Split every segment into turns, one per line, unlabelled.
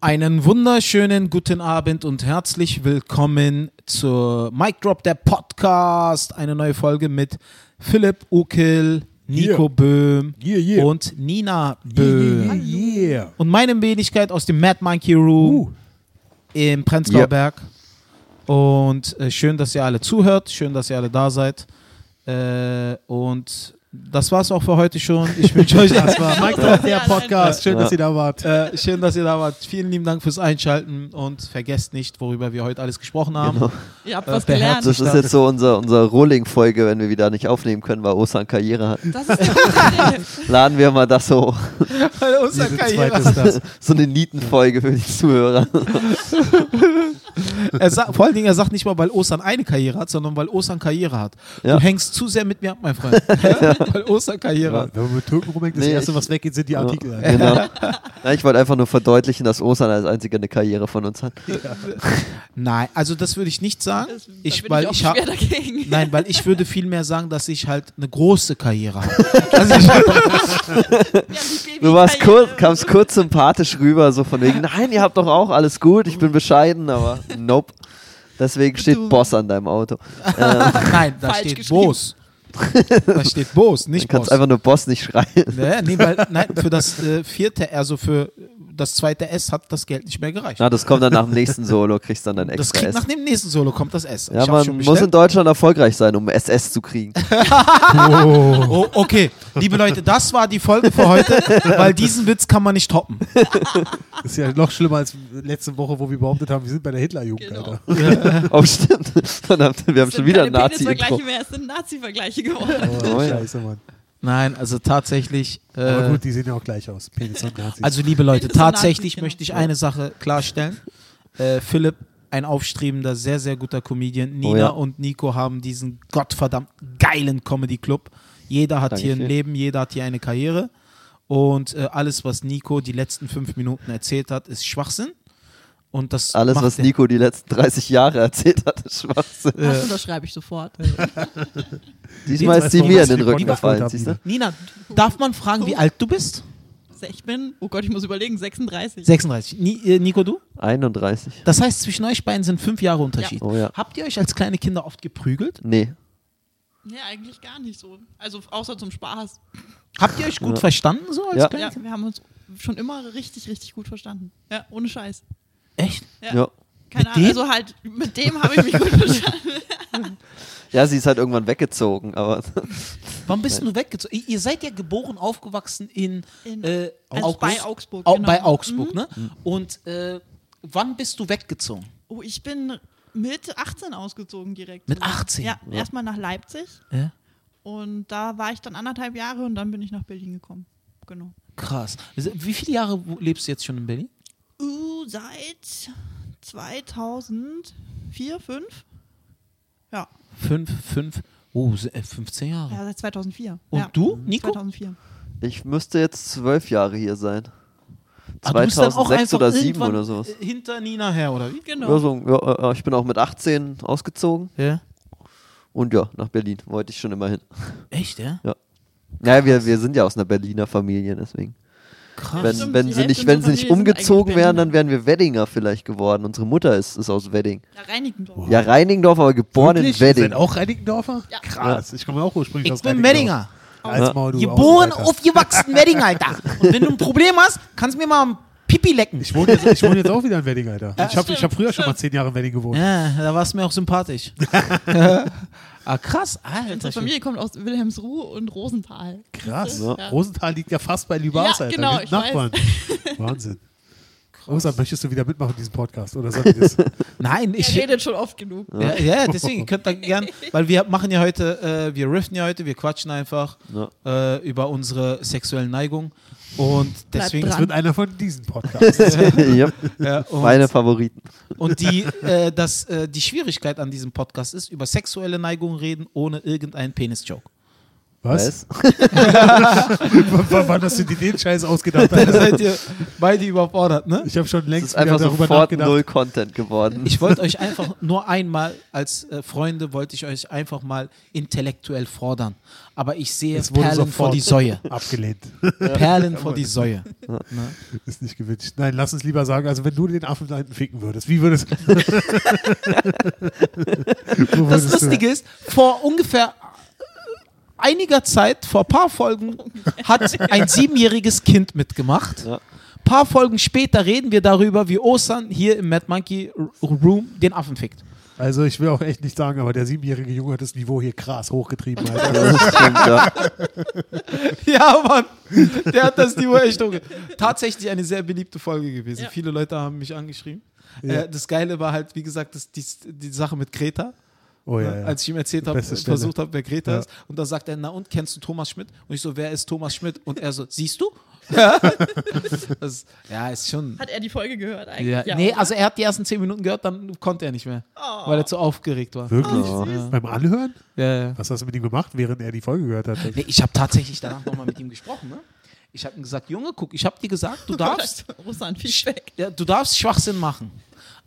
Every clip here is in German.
Einen wunderschönen guten Abend und herzlich willkommen zur Mic Drop der Podcast. Eine neue Folge mit Philipp Ukel, Nico
Yeah.
Böhm
Yeah, yeah.
und Nina Böhm.
Yeah, yeah.
Und meine Wenigkeit aus dem Mad Monkey Room
Uh,
im Prenzlauer Berg. Und äh, schön, dass ihr alle zuhört. Schön, dass ihr alle da seid. Äh, und das war's auch für heute schon. Ich wünsche euch erstmal Mic Drop der Podcast.
schön, dass ihr da wart.
Äh, schön, dass ihr da wart. Vielen lieben Dank fürs Einschalten und vergesst nicht, worüber wir heute alles gesprochen haben.
Genau.
Ihr habt
Äh,
was
der
gelernt.
Das ist jetzt so unser, unser Rolling-Folge, wenn wir wieder nicht aufnehmen können, weil Osan Karriere hat.
Das ist eine gute Idee.
Laden wir mal das so,
Weil unser
Jede
Karriere-
zweite ist das.
so eine Nietenfolge für die Zuhörer.
Er sa- vor allen Dingen, er sagt nicht mal, weil Osan eine Karriere hat, sondern weil Osan Karriere hat.
Ja.
Du hängst zu sehr mit mir ab, mein Freund. weil Osan Karriere hat.
Wenn man mit Türken rumhängt, das
Nee,
Erste,
ich-
was weggeht, sind die Artikel.
Ja, genau. Nein, ich wollte einfach nur verdeutlichen, dass Osan als einziger eine Karriere von uns hat.
Nein, also das würde ich nicht sagen.
Das, da
ich,
bin
weil
ich auch
ich
schwer
habe.
dagegen.
Nein, weil ich würde vielmehr sagen, dass ich halt eine große Karriere habe. Also ich,
Ja, die Baby-
Du warst kurz, kamst kurz sympathisch rüber, so von wegen, nein, ihr habt doch auch alles gut, ich bin bescheiden, aber nope. Deswegen steht
Du-
Boss an deinem Auto.
nein, da
Falsch
steht
geschrieben.
Boos. Da steht Boos,
Du
nicht Boss.
kannst einfach nur Boss nicht schreien.
Ja, Ne, nee, weil, nein, für das äh, vierte, also für das zweite S hat das Geld nicht mehr gereicht.
Na, das kommt dann nach dem nächsten Solo, kriegst dann dein
das
Ah, extra
kriegt
S.
nach dem nächsten Solo kommt das S.
Ja,
ich hab's
man
schon
muss in
bestellt.
Deutschland erfolgreich sein, um SS zu kriegen.
Oh, okay. Liebe Leute, das war die Folge für heute, weil diesen Witz kann man nicht toppen.
Ist ja noch schlimmer als letzte Woche, wo wir behauptet haben, wir sind bei der Hitlerjugend,
Genau.
Alter.
Oh, stimmt. Verdammt, wir haben
Es
schon
sind
wieder ein
keine
Nazi-Intro.
Penisvergleiche mehr, es sind Nazi-Vergleiche geworden.
Oh,
Oh, ja.
Scheiße, Mann.
Nein, also tatsächlich.
Aber
Äh,
gut, die sehen ja auch gleich aus. Penis und Nazis.
also liebe Leute,
Das ist ein
tatsächlich
Nachricht, genau.
möchte ich eine Sache klarstellen. Äh, Philipp, ein aufstrebender, sehr, sehr guter Comedian. Nina
Oh ja.
und Nico haben diesen gottverdammt geilen Comedy-Club. Jeder hat hier ein
Dankeschön.
Leben, jeder hat hier eine Karriere. Und äh, alles, was Nico die letzten fünf Minuten erzählt hat, ist Schwachsinn. Und das
Alles,
macht
was
er-
Nico die letzten 30 Jahre erzählt hat, ist Schwachsinn.
Das unterschreibe ich sofort.
Diesmal ist Äh, die
warum
mir
das
in den
wir
Rücken
Podcast
gefallen,
haben,
siehst du?
Nina, darf man fragen, wie alt du bist?
Ich bin, oh Gott, ich muss überlegen, 36.
36. Ni äh, Nico, du?
31.
Das heißt, zwischen euch beiden sind fünf Jahre Unterschied.
Ja. Oh ja.
Habt ihr euch als kleine Kinder oft geprügelt?
Nee.
Nee, eigentlich gar nicht so. Also außer zum Spaß.
Habt ihr euch gut
Ja.
verstanden so als
Ja.
kleine
Ja,
Kinder?
wir haben uns schon immer richtig, richtig gut verstanden. Ja, ohne Scheiß.
Echt?
Ja.
Ja.
Keine
Mit
Ahnung,
dem?
also halt, mit dem habe ich mich gut verstanden.
ja, sie ist halt irgendwann weggezogen, aber
Wann bist du weggezogen? Ihr- Ihr seid ja geboren, aufgewachsen in,
In-
äh,
also
August-
bei Augsburg,
Au
genau.
Bei Augsburg, ne?
Mhm.
Und äh, wann bist du weggezogen?
Oh, ich bin mit 18 ausgezogen direkt.
Mit 18?
Ja, erstmal nach Leipzig.
Äh?
Ja.
Und da war ich dann anderthalb Jahre und dann bin ich nach Berlin gekommen. Genau.
Krass. Also, Wie viele Jahre wo- lebst du jetzt schon in Berlin?
Uh, seit 2004, 5? Ja,
Fünf, fünf, oh, se- äh, 15 Jahre.
ja seit 2004.
Und
ja. Mhm.
du, Nico?
2004.
ich müsste jetzt zwölf Jahre hier sein.
Ah, du bist dann auch
2006 oder
einfach
7
irgendwann,
oder sowas.
äh, Hinter Nina her, oder wie?
Genau.
Ja, so, ja, ja, ich bin auch mit 18 ausgezogen
Ja.
und ja, nach Berlin wollte ich schon immer hin.
Echt, ja?
Naja, wir, wir sind ja aus einer Berliner Familie, deswegen.
Krass.
Wenn,
Ah, stimmt, die
wenn sie
Hälfte
nicht,
unserer
wenn sie nicht
Familie sind
umgezogen
eigentlich
wären,
Berliner.
dann wären wir Weddinger vielleicht geworden. Unsere Mutter ist, ist aus Wedding.
Ja, Reinickendorf.
Ja, Reinigendorf, aber geboren
Wirklich?
in Wedding.
Sind auch Reinickendorfer?
Ja.
Krass, ich komme auch ursprünglich
Ich
aus
bin Meddinger.
Als Maul, du
Geboren,
Außenseiter.
aufgewachsen, Wedding, Alter. Und wenn du ein Problem hast, kannst du mir mal ein Pipi lecken.
Ich wohne, jetzt, ich wohne jetzt auch wieder in Wedding, Alter. Ich habe
stimmt,
hab früher schon
stimmt.
mal zehn Jahre in Wedding gewohnt.
Ja, da war es mir auch sympathisch. ah, krass, Alter.
Unsere Familie kommt aus Wilhelmsruhe und Rosenthal.
Krass.
Ja.
Ne? Rosenthal liegt ja fast bei Lübars,
Ja,
Alter.
genau,
Wir sind
ich
Nachbarn. Wahnsinn. Rosa, möchtest du wieder mitmachen in diesem Podcast? Oder soll ich das?
Nein,
Ich
ich.
er redet schon oft genug.
Ja, ja, deswegen, ihr könnt da gern, weil wir machen ja heute, äh, wir riffen ja heute, wir quatschen einfach
Ja.
äh, über unsere sexuellen Neigungen und deswegen.
Das wird einer von diesen Podcasts.
yep.
Ja, und-
Meine Favoriten.
Und die, äh, das, äh, die Schwierigkeit an diesem Podcast ist, über sexuelle Neigungen reden ohne irgendeinen Penis-Joke.
Was? Wann das du dir den Scheiß ausgedacht
Da
hast?
seid ihr beide überfordert, ne?
Ich habe schon
Es
längst
ist
wieder
einfach
darüber
sofort
nachgedacht.
null Content geworden.
Ich wollte euch einfach nur einmal als äh, Freunde wollte ich euch einfach mal intellektuell fordern. Aber ich sehe
Es wurde
Perlen vor
sofort.
die Säue.
Abgelehnt.
Perlen vor die Säue.
Ist nicht gewünscht. Nein, lass uns lieber sagen, also wenn du den Affen da hinten ficken würdest, wie würdest du. Wo
Das
würdest du-
Lustige ist, vor ungefähr äh, einiger Zeit, vor paar Folgen, hat ein siebenjähriges Kind mitgemacht.
Ja.
Paar Folgen später reden wir darüber, wie Osan hier im Mad Monkey R- Room den Affen fickt.
Also ich will auch echt nicht sagen, aber der siebenjährige Junge hat das Niveau hier krass hochgetrieben. Alter.
Ja, das stimmt, ja.
Ja, Mann. Der hat das Niveau echt hoch. Tatsächlich eine sehr beliebte Folge gewesen.
Ja.
Viele Leute haben mich angeschrieben.
Ja.
Äh, das Geile war halt, wie gesagt, das, die, die Sache mit Greta.
Oh ja,
ne?
ja.
Als ich ihm erzählt habe,
Beste Stelle.
versucht habe, wer Greta
Ja.
ist. Und da sagt er, na und, kennst du Thomas Schmidt? Und ich so, wer ist Thomas Schmidt? Und er so, siehst du? das, ja, ist schon...
Hat er die Folge gehört eigentlich?
Ja. nee, also er hat die ersten zehn Minuten gehört, dann konnte er nicht mehr,
Oh.
weil er zu aufgeregt war.
Wirklich?
Oh,
süß.
Beim Anhören?
Ja, ja.
Was hast du mit ihm gemacht, während er die Folge gehört hat?
Nee, ich habe tatsächlich danach nochmal mit ihm gesprochen. Ne? Ich habe ihm gesagt, Junge, guck, ich habe dir gesagt, du darfst
Russland, viel weg.
ja, du darfst Schwachsinn machen.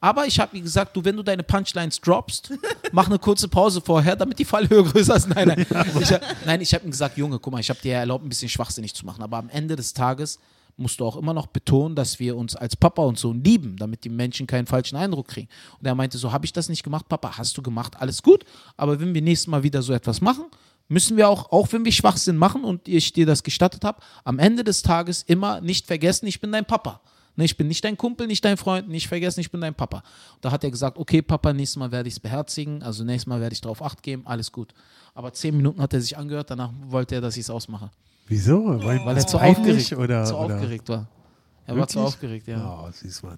Aber ich habe ihm gesagt, du, wenn du deine Punchlines droppst, mach eine kurze Pause vorher, damit die Fallhöhe größer ist. Nein, nein. Ich, hab- nein, ich habe ihm gesagt, Junge, guck mal, ich habe dir ja erlaubt, ein bisschen schwachsinnig zu machen. Aber am Ende des Tages musst du auch immer noch betonen, dass wir uns als Papa und Sohn lieben, damit die Menschen keinen falschen Eindruck kriegen. Und er meinte, so habe ich das nicht gemacht, Papa, hast du gemacht, alles gut. Aber wenn wir nächstes Mal wieder so etwas machen, müssen wir auch, auch wenn wir Schwachsinn machen und ich dir das gestattet habe, am Ende des Tages immer nicht vergessen, ich bin dein Papa. Ne, ich bin nicht dein Kumpel, nicht dein Freund, nicht vergessen, ich bin dein Papa. Da hat er gesagt, okay, Papa, nächstes Mal werde ich es beherzigen, also nächstes Mal werde ich darauf acht geben, alles gut. Aber zehn Minuten hat er sich angehört, danach wollte er, dass ich es ausmache.
Wieso? Weil,
Weil er zu
peinlich
aufgeregt,
oder,
zu
oder?
aufgeregt war. Er war
Wirklich?
zu aufgeregt, ja. Mhm.
Oh, süß, Mann.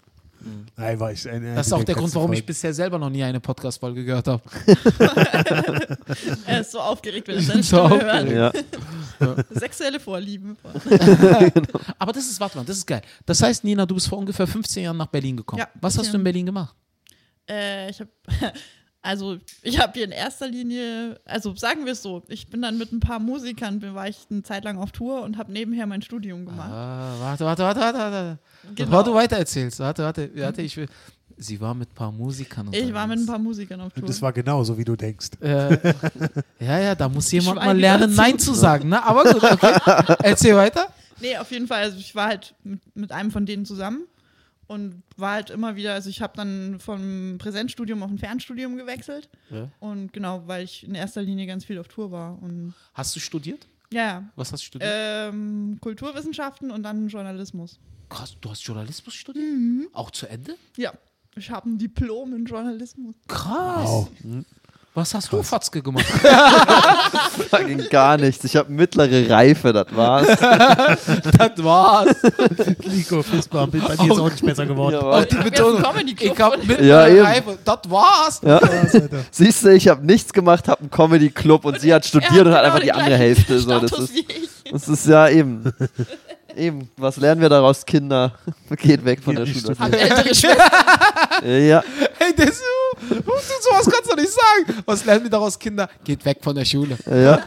Nein, war ich, äh, eine-
Das ist
eine
auch der Grund,
letzten
warum ich
Folgen.
bisher selber noch nie eine Podcast-Folge gehört habe.
Er ist so aufgeregt, wenn er seine
So
Stimme
aufgeregt.
hört.
Ja.
Sexuelle Vorlieben.
Aber das ist, warte mal, das ist geil. Das heißt, Nina, du bist vor ungefähr 15 Jahren nach Berlin gekommen.
Ja,
Was hast du in Berlin gemacht?
Äh, ich habe also ich habe hier in erster Linie, also sagen wir es so, ich bin dann mit ein paar Musikern, bin- war ich eine Zeit lang auf Tour und habe nebenher mein Studium gemacht.
Ah, warte, warte, warte, warte, warte.
Genau.
Bevor du weitererzählst, warte, warte, warte, ich will. Sie war mit ein paar Musikern
Ich war mit ein paar Musikern auf Tour.
Das war genau so, wie du denkst.
Äh, ja, ja, da muss jemand
schweige
mal lernen,
dazu.
Nein zu sagen. Ne? Aber gut, okay. Erzähl weiter.
Nee, auf jeden Fall. Also ich war halt mit, mit einem von denen zusammen und war halt immer wieder, also ich habe dann vom Präsenzstudium auf ein Fernstudium gewechselt.
Ja.
Und genau, weil ich in erster Linie ganz viel auf Tour war. Und
Hast du studiert?
ja, ja.
Was hast du studiert?
Ähm, Kulturwissenschaften und dann Journalismus.
Krass, du hast Journalismus studiert? Auch zu Ende?
Ja, ich habe ein Diplom in Journalismus.
Krass.
Wow.
Was hast du, Fatzke, gemacht?
Fucking gar nichts. Ich habe mittlere Reife, das war's.
das war's.
Nico, Fußball, bei dir ist auch nicht besser geworden.
Ja, war-
Die Betonung. Ich hab mit
Ja, eben.
Reife. Das war's.
Siehst du, ich habe nichts gemacht, habe einen Comedy Club und, sie hat studiert
Genau
und hat einfach die andere Hälfte. So, das, ist,
Wie ich.
das ist ja eben. Eben, was lernen wir daraus, Kinder? Geht weg von
Geht
der
nicht
Schule.
Hab ältere Schwester.
Ja,
Hey, das, sowas kannst du nicht sagen. Was lernen wir daraus, Kinder? Geht weg von der Schule.
ja,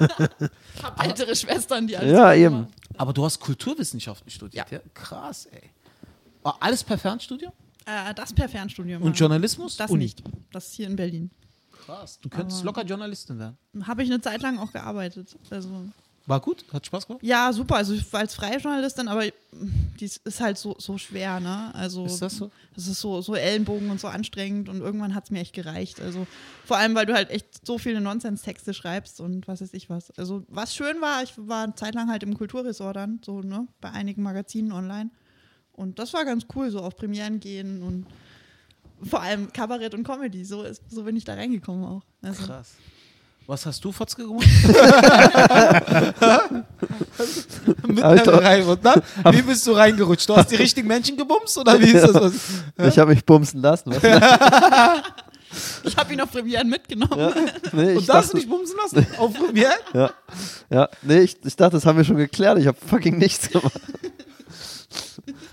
Hab ältere Schwestern, die alles
ja,
gut
eben.
machen.
Aber du hast Kulturwissenschaften studiert, ja? Krass, ey. War alles per Fernstudium?
Äh, das per Fernstudium.
Und
ja.
Journalismus?
Das
Uni.
nicht. Das hier in Berlin.
Krass. Du könntest
Oh.
locker Journalistin werden.
Habe ich eine Zeit lang auch gearbeitet. Also,
War gut, hat Spaß gemacht.
ja, super. Also ich war als freie Journalistin, aber dies ist halt so, so schwer, ne? Also
Ist das so?
Das ist so, so Ellenbogen und so anstrengend und irgendwann hat es mir echt gereicht. Also vor allem, weil du halt echt so viele Nonsens-Texte schreibst und was weiß ich was. Also was schön war, ich war eine Zeit lang halt im Kulturressort dann, so, ne, bei einigen Magazinen online. Und das war ganz cool, so auf Premieren gehen und vor allem Kabarett und Comedy. So, ist, so bin ich da reingekommen auch. Also,
Krass. Was hast du, Fotzke, gemacht? Mit
Alter.
einer Reihe. Und dann, wie bist du reingerutscht? Du hast die richtigen Menschen gebumst oder wie ist das? Was?
Ich habe mich bumsen lassen. Was?
ich habe ihn auf Premieren mitgenommen.
Ja. Nee, ich
Und da hast du
dachte,
dich bumsen lassen? Auf mir?
ja. Ja. Nee, ich, ich dachte, das haben wir schon geklärt. Ich habe fucking nichts gemacht.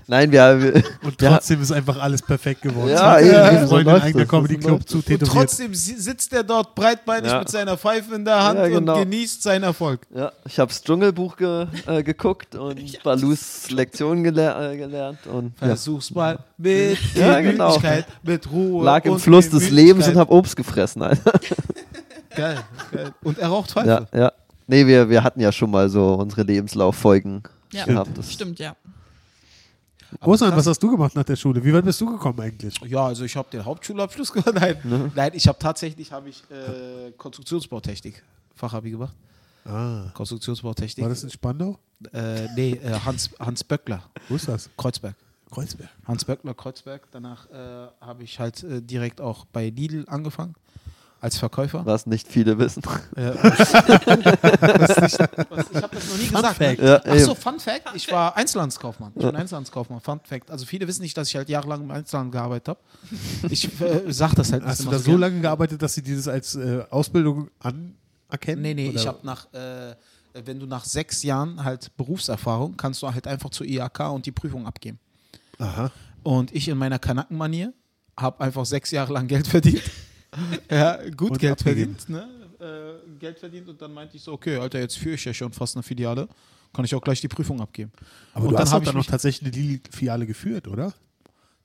Nein, wir, wir
Und
Ja.
trotzdem ist einfach alles perfekt geworden.
Ja,
ich
eben,
habe
so
Freunde, einen
läuft
eigenen
das, so
Comedy-Club
läuft
zu
Und
tätowiert.
trotzdem si- sitzt er dort breitbeinig
Ja.
mit seiner Pfeife in der Hand
Ja, genau.
und genießt seinen Erfolg.
ja, ich habe das Dschungelbuch ge, äh, geguckt und Balus Lektion geler äh, gelernt und ja,
Versuch's mal mit
Ja, genau.
Gemütlichkeit, mit Ruhe.
lag im
und
Fluss des Lebens und
Gemütlichkeit.
habe Obst gefressen. Alter.
Geil, geil. Und er raucht Pfeife.
Ja, ja. Nee, wir, wir hatten ja schon mal so unsere Lebenslauffolgen
Ja.
gehabt. Das-
Stimmt, ja.
Rosan, was hast du gemacht nach der Schule? Wie weit bist du gekommen eigentlich?
Ja, also ich habe den Hauptschulabschluss gemacht. Nein,
Ne?
nein ich habe tatsächlich hab ich, äh, Konstruktionsbautechnik, Fachabi gemacht.
Ah.
Konstruktionsbautechnik.
War das in Spandau?
Äh, nee, äh, Hans, Hans Böckler,
Wo ist das?
Kreuzberg.
Kreuzberg.
Hans Böckler, Kreuzberg. Danach äh, habe ich halt äh, direkt auch bei Lidl angefangen als Verkäufer.
Was nicht viele wissen.
Äh, was, ich was, ich habe das noch nie gesagt.
Fact.
Ne?
Ja,
Achso,
eben.
Fun Fact, ich war Einzelhandelskaufmann. Ich bin Einzelhandelskaufmann, Fun Fact. Also viele wissen nicht, dass ich halt jahrelang im Einzelhandel gearbeitet habe. Ich äh, sag das halt nicht
Hast du
immer
da
gern.
so lange gearbeitet, dass sie dieses als äh, Ausbildung anerkennen?
Nee, nee,
Oder-
ich habe nach, äh, wenn du nach sechs Jahren halt Berufserfahrung, kannst du halt einfach zur IHK und die Prüfung abgeben.
Aha.
Und ich in meiner Kanackenmanier habe einfach sechs Jahre lang Geld verdient. ja, gut
Und
Geld
abgegeben.
verdient. Ne? Äh, Geld verdient und dann meinte ich so, okay, Alter, jetzt führe ich ja schon fast eine Filiale, kann ich auch gleich die Prüfung abgeben.
Aber
und
du
dann
hast
hab
doch
ich
dann noch
mich-
tatsächlich eine Lidl-Filiale geführt, oder?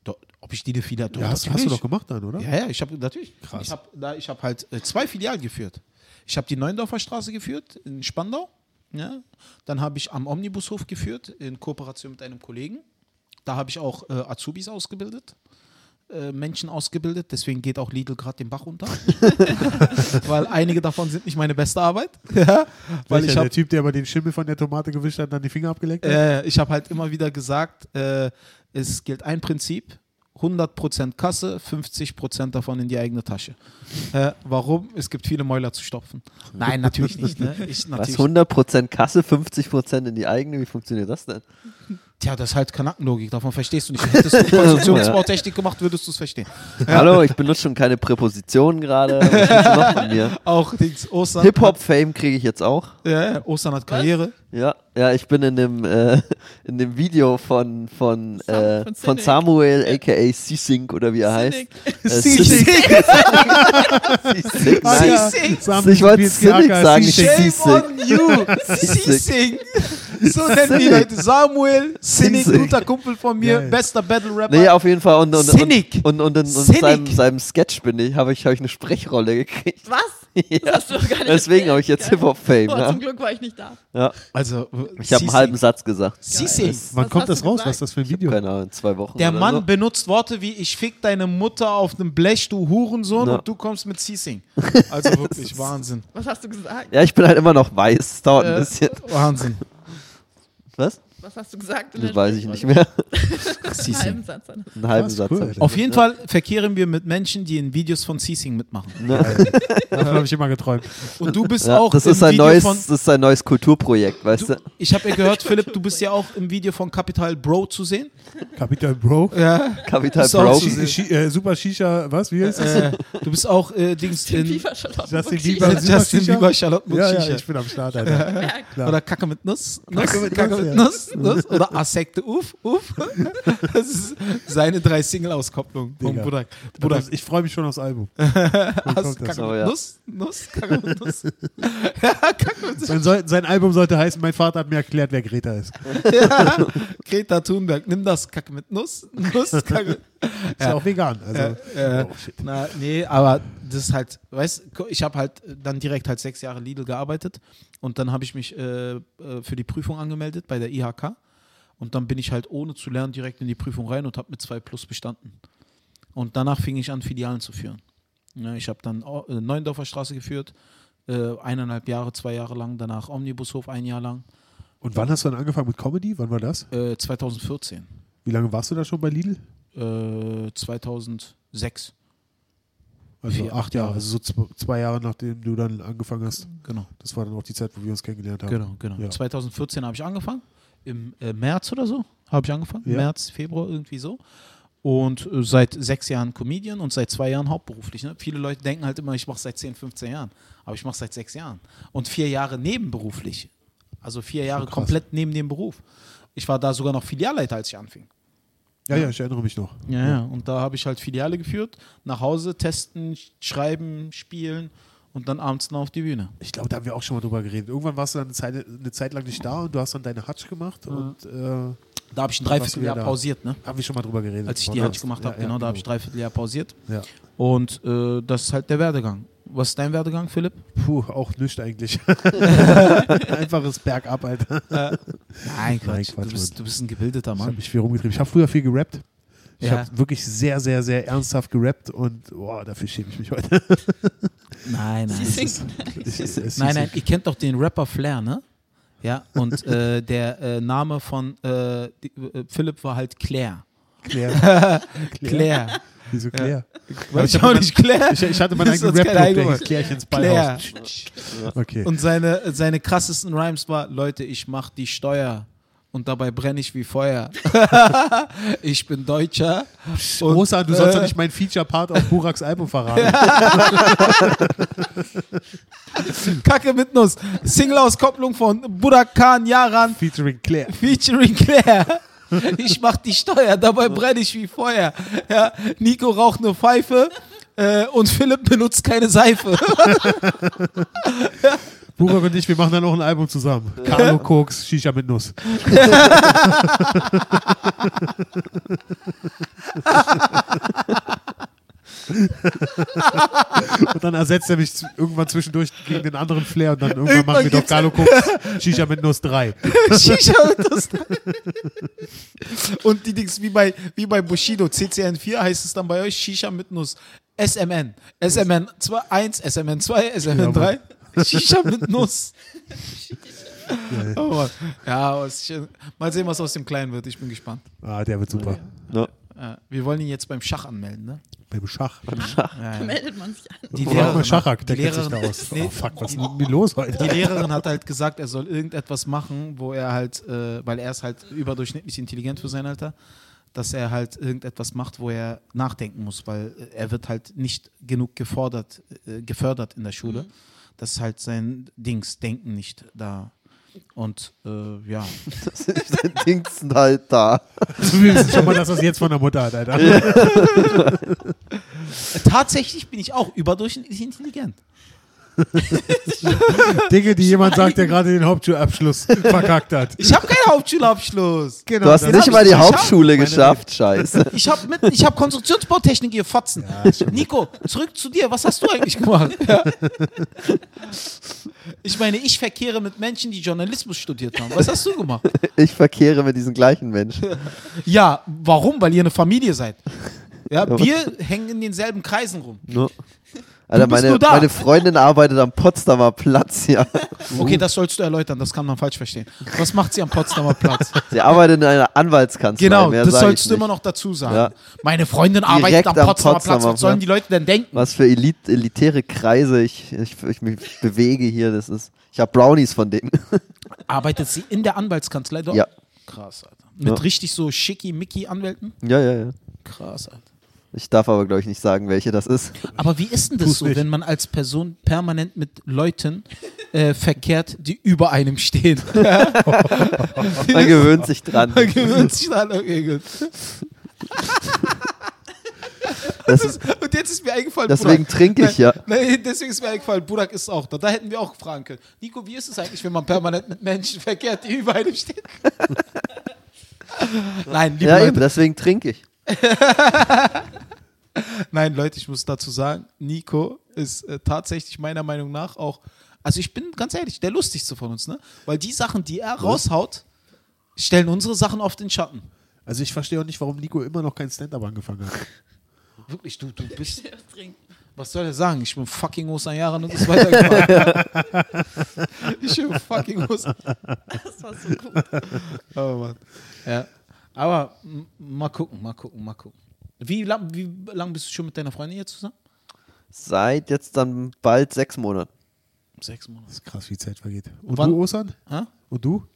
Do, ob ich die eine Filiale...
Ja, hast, hast du doch gemacht dann, oder?
Ja, ja, ich habe natürlich.
Krass.
Ich habe da, ich habe halt äh, zwei Filialen geführt. Ich habe die Neundorfer Straße geführt in Spandau. Ja. Dann habe ich am Omnibushof geführt in Kooperation mit einem Kollegen. Da habe ich auch äh, Azubis ausgebildet. äh, Menschen ausgebildet, deswegen geht auch Lidl gerade den Bach runter. weil einige davon sind nicht meine beste Arbeit. Ja, weil
Welcher,
ich habe
der Typ, der aber den Schimmel von der Tomate gewischt hat und dann die Finger abgeleckt hat?
äh, ich habe halt immer wieder gesagt, äh, es gilt ein Prinzip. 100% Kasse, 50% davon in die eigene Tasche. Äh, warum? Es gibt viele Mäuler zu stopfen. Nein, natürlich nicht. Ne? Ich
Was?
natürlich.
100% Kasse, 50% in die eigene? Wie funktioniert das denn?
Tja, das ist halt Kanackenlogik, davon verstehst du nicht. Hättest du Konstruktionsbautechnik gemacht, würdest du es verstehen.
Hallo, ich benutze schon keine Präpositionen gerade. Was willst du noch von mir?
Auch Dings, Ostern.
Hip-Hop-Fame kriege ich jetzt auch.
Ja, Ostern hat Karriere.
Ja, ja, ich bin in dem, äh, in dem Video von, von,
Sam-
äh,
von
von
Cynic.
Samuel, aka C-Sync oder wie er
Cynic.
heißt. Äh, C-Sync. C-Sync,
Ah,
nein.
ja.
C-Sync.
Samuel
Ich wollte
Kubicki,
Cynic
aka
sagen, ich-
C-Sync.
Shame
Sissing.
on you, Sissing. So nennen die
Sissing.
Leute Samuel, Sinnig,
Sissing.
guter Kumpel von mir,
Geil.
bester Battle-Rapper.
Nee, auf jeden Fall. Und, und,
Cynic.
und, und, und in, und
Cynic.
seinem, seinem Sketch bin ich, habe ich, hab ich eine Sprechrolle gekriegt.
Was?
Ja.
Das hast du doch gar nicht
Deswegen habe ich jetzt
erzählt.
Hip-Hop-Fame.
Boah, Zum
Ne?
Glück war ich nicht da.
Ja.
Also,
Ich habe einen halben Satz gesagt.
Sissing.
Wann
Was
kommt
hast
das
du
raus?
gesagt?
Was ist das für ein Video?
Keine Ahnung, in zwei Wochen.
Der
oder
Mann
so.
benutzt Worte wie ich fick deine Mutter auf dem Blech, du Hurensohn,
Ja.
und du kommst mit Sissing. Also wirklich Wahnsinn.
Was hast du gesagt?
Ja, ich bin halt immer noch weiß. Es dauert ein
Äh,
bisschen.
Wahnsinn.
Was?
Was hast du gesagt? in
Das
der
weiß ich nicht mehr.
Sprechstunde? Einen halben Satz. an-
Einen halben
Krass,
Satz.
cool.
hab ich.
Auf jeden Fall verkehren wir mit Menschen, die in Videos von Sissing mitmachen.
Davon habe ich immer geträumt.
Und du bist
Ja,
auch
das
im
ist ein
Video
neues,
von
das ist ein neues Kulturprojekt, weißt du?
Du, ich habe ja gehört, Philipp, du bist ja auch im Video von Capital Bro zu sehen.
Capital Bro.
Ja.
Capital
Ist auch
Bro.
zu sehen.
Schi äh, Super Shisha, was? Wie heißt das?
Äh, du bist auch äh, Dings in
Viva Charlotte.
Justin
Burki.
Bieber. Super
Justin
Shisha?
Bieber, Charlotte
Ja,
Mutschicha.
ja, ich bin am Start, Alter. Klar.
Oder Kacke mit Nuss. Nuss
Kacke mit Nuss, ja.
Nuss, Nuss. Oder Asekte, uff, uff. Das ist seine drei Single-Auskopplungen von
Digga.
Budak.
Bruder,
Budak,
Also, ich freue mich schon aufs Album.
Ass,
kommt das?
Kacke
Oh,
mit
ja.
Nuss, Nuss, Kacke mit Nuss.
Sein, soll, sein Album sollte heißen, mein Vater hat mir erklärt, wer Greta ist. Ist
Ja. Greta Thunberg, nimm das, Kacke mit Nuss, Nuss, Kacke.
ja, auch vegan. Also,
Äh, äh,
oh, shit.
na, nee, aber das ist halt, weißt ich habe halt dann direkt halt sechs Jahre Lidl gearbeitet und dann habe ich mich äh, äh, für die Prüfung angemeldet bei der IHK und dann bin ich halt ohne zu lernen direkt in die Prüfung rein und habe mit zwei Plus bestanden. Und danach fing ich an, Filialen zu führen. Ja, ich habe dann Au- äh, Neuendorfer Straße geführt, äh, eineinhalb Jahre, zwei Jahre lang, danach Omnibushof ein Jahr lang,
Und wann hast du dann angefangen mit Comedy? Wann war das?
äh, 2014,
Wie lange warst du da schon bei Lidl?
äh, 2006,
Also
Vier,
acht
acht
Jahre, Mhm.
Jahre.
also so zw- zwei Jahre, nachdem du dann angefangen hast.
genau.
Das war dann auch die Zeit, wo wir uns kennengelernt haben.
Genau, genau.
Ja.
2014 habe ich angefangen. Im äh, März oder so habe ich angefangen.
Ja.
März, Februar, irgendwie so. Und äh, seit sechs Jahren Comedian und seit zwei Jahren hauptberuflich. Ne? Viele Leute denken halt immer, ich mache seit 10, 15 Jahren. Aber ich mache seit sechs Jahren. Und vier Jahre nebenberuflich. Also vier Jahre
krass.
komplett neben dem Beruf. Ich war da sogar noch Filialleiter, als ich anfing.
Ja, ja, ich erinnere mich noch.
Ja, ja. Und da habe ich halt Filiale geführt, nach Hause testen, sch- schreiben, spielen und dann abends noch auf die Bühne.
Ich glaube, da haben wir auch schon mal drüber geredet. Irgendwann warst du dann eine Zeit, eine Zeit lang nicht da und du hast dann deine Hatsch gemacht und äh, haben
Da habe ich ein
Dann warst du
Dreivierteljahr
wieder da.
pausiert, ne?
wir schon mal drüber geredet.
Als ich
im
die Hatsch
Podcast.
gemacht
Ja,
habe,
ja,
genau, da habe ich Dreivierteljahr pausiert.
Ja.
Und äh, das ist halt der Werdegang. Was ist dein Werdegang, Philipp?
Puh, auch nüscht eigentlich. Einfaches Bergab, Alter.
Nein,
Quatsch,
du, bist, du bist ein gebildeter
Ich
Mann.
habe mich viel rumgetrieben. Ich habe früher viel gerappt. Ich
Ja.
habe wirklich sehr, sehr, sehr ernsthaft gerappt und boah, dafür schäme ich mich heute.
Nein, nein.
Ich- es ist
Nein,
so-
nein, ihr kennt doch den Rapper Flair, ne? Ja, und äh, der äh, Name von äh, die, äh, Philipp war halt Claire.
Claire.
Claire.
Wieso Claire?
Weil ich auch nicht Claire.
Ich, ich hatte meinen
Das ist
eigenen
uns keiner
Rap-Club, der hieß
eingefallen.
Klärchens
Claire.
Ballhaus. Okay.
Und seine, seine krassesten Rhymes war, Leute, ich mach die Steuer und dabei brenne ich wie Feuer. ich bin Deutscher. Und,
Rosa, du sollst doch
äh,
nicht meinen Feature-Part auf Buraks Album verraten.
Kacke mit Nuss. Single-Auskopplung von Burak Khan Yaran
Featuring Claire.
featuring Claire. Ich mach die Steuer, dabei brenne ich wie Feuer. Ja, Nico raucht nur Pfeife äh, und Philipp benutzt keine Seife.
Burak und ich, wir machen dann noch ein Album zusammen. Carlo Koks, Shisha mit Nuss. und dann ersetzt er mich z- irgendwann zwischendurch gegen den anderen Flair und dann irgendwann,
Irgendwann
machen wir doch
gibt's-
Carlo Koks, Shisha mit Nuss 3.
Shisha und das Und die Dings wie bei, wie bei Bushido, CCN4 heißt es dann bei euch Shisha mit Nuss. SMN. SMN 2, 1, SMN 2, SMN 3. Shisha mit Nuss. Aber, ja, aber es ist schön. mal sehen, was aus dem Kleinen wird. Ich bin gespannt.
Ah, der wird super.
Ne?
Äh, Wir wollen ihn jetzt beim Schach anmelden, ne?
Beim Schach.
Ja,
Da
ja.
meldet man sich an.
Die
Brauchen wir
Lehrerin,
Schachak,
hat, die,
der kennt sich da
Lehrerin,
aus.
nee,
oh, fuck, was ist
die,
denn mit mir los heute?
die Lehrerin hat halt gesagt, er soll irgendetwas machen, wo er halt, äh, weil er ist halt überdurchschnittlich intelligent für sein Alter, dass er halt irgendetwas macht, wo er nachdenken muss, weil äh, er wird halt nicht genug gefordert, äh, gefördert in der Schule, dass halt sein Dings, Denken nicht da und äh, ja,
Das ist den Dingsten halt da.
Wir wissen schon mal, dass das jetzt von der Mutter hat, Alter.
tatsächlich bin ich auch überdurchschnittlich intelligent.
Dinge, die jemand sagt, der gerade den Hauptschulabschluss verkackt hat.
Ich habe keinen Hauptschulabschluss.
Genau,
Du hast
das-
hab
nicht
ich
mal die
geschafft,
Hauptschule geschafft, scheiße.
Ich habe mit, ich habe Konstruktionsbautechnik, ihr Fotzen. Nico, zurück zu dir. Was hast du eigentlich gemacht? Ja. Ich meine, ich verkehre mit Menschen, die Journalismus studiert haben. Was hast du gemacht?
Ich verkehre mit diesen gleichen Menschen. Ne?
Ja, warum? Weil ihr eine Familie seid. Ja, wir hängen in denselben Kreisen rum.
Ne? Alter,
bist
meine,
nur da.
meine Freundin arbeitet am Potsdamer Platz hier.
Okay, das sollst du erläutern. Das kann man falsch verstehen. Was macht sie am Potsdamer Platz?
Sie arbeitet in einer Anwaltskanzlei.
Genau,
Mehr
das
sag ich
sollst du
nicht.
immer noch dazu sagen.
Ja.
Meine Freundin arbeitet
Direkt
am
am
Potsdamer, Platz.
Potsdamer
Was sollen
Platz.
die Leute denn denken?
Was für elit elitäre Kreise ich, ich, ich mich bewege hier. Das ist, ich habe Brownies von denen.
Arbeitet sie in der Anwaltskanzlei dort?
Ja.
Krass, Alter. Mit
Ja.
richtig so schicki-micki-Anwälten?
Ja, ja, ja.
Krass, Alter.
Ich darf aber, glaube ich, nicht sagen, welche das ist.
Aber wie ist denn das
Tu's
so,
nicht.
wenn man als Person permanent mit Leuten äh, verkehrt, die über einem stehen?
Man gewöhnt sich dran.
Man gewöhnt sich daran, okay, gut.
Das ist,
Und jetzt ist mir eingefallen,
deswegen
Burak.
trinke ich ja.
Nein, deswegen ist mir eingefallen, Burak ist auch da. Da hätten wir auch fragen können. Nico, wie ist es eigentlich, wenn man permanent mit Menschen verkehrt, die über einem stehen? Nein, liebe
Ja,
Leute,
eben, deswegen trinke ich.
Nein, Leute, ich muss dazu sagen, Nico ist äh, tatsächlich meiner Meinung nach auch, also ich bin ganz ehrlich, der lustigste von uns, ne? Weil die Sachen, die er raushaut, stellen unsere Sachen auf den Schatten.
Also ich verstehe auch nicht, warum Nico immer noch kein Stand-up angefangen hat.
Wirklich, du, du bist.
Das trinken.
Was soll er sagen? Ich bin fucking Osan Jahren und ist weitergefahren. ich bin fucking Osan.
Das war so gut.
Oh Mann. Ja. Aber m- mal gucken, mal gucken, mal gucken. Wie lang, wie lang bist du schon mit deiner Freundin jetzt zusammen?
Seit jetzt dann bald sechs Monaten.
Sechs Monate.
Das ist krass, wie die Zeit vergeht. Und
Wann-
du, Osan?
Hä?
Und du?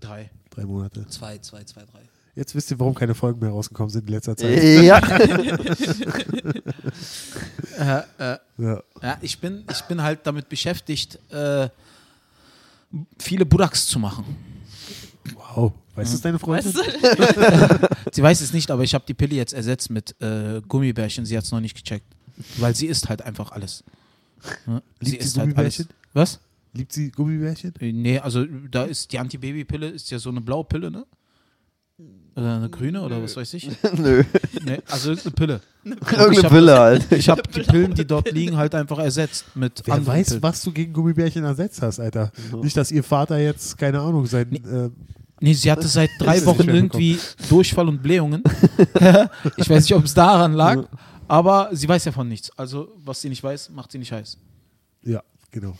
Drei.
Drei Monate.
Zwei, zwei, zwei, drei.
Jetzt wisst ihr, warum keine Folgen mehr rausgekommen sind in letzter
Äh.
Zeit.
Ja.
Ja.
Ja, ich bin, ich bin halt damit beschäftigt, äh, viele Budaks zu machen.
Wow. Weißt du, es deine Freundin?
Weißt du?
Sie weiß es nicht, aber ich habe die Pille jetzt ersetzt mit äh, Gummibärchen. Sie hat es noch nicht gecheckt. Weil sie isst halt einfach alles. Ja, Sie
Liebt sie
isst halt alles.
Gummibärchen?
Was?
Liebt sie Gummibärchen?
Äh, Nee, also da ist die Antibabypille ist ja so eine blaue Pille, ne? Oder eine grüne oder was weiß ich.
Nö.
Nee, also ist eine Pille. Ich
Irgendeine
hab-
Pille halt.
Ich habe die Pillen, die dort liegen, halt einfach ersetzt mit
Wer
anderen
weiß,
Pillen.
was du gegen Gummibärchen ersetzt hast, Alter. Nicht, dass ihr Vater jetzt, keine Ahnung, sein. Äh,
Genau. Nee, sie hatte seit drei
Ist das nicht
Wochen irgendwie Durchfall und Blähungen. ich weiß nicht, ob es daran lag, aber sie weiß ja von nichts. Also, was sie nicht weiß, macht sie nicht heiß.
ja, genau.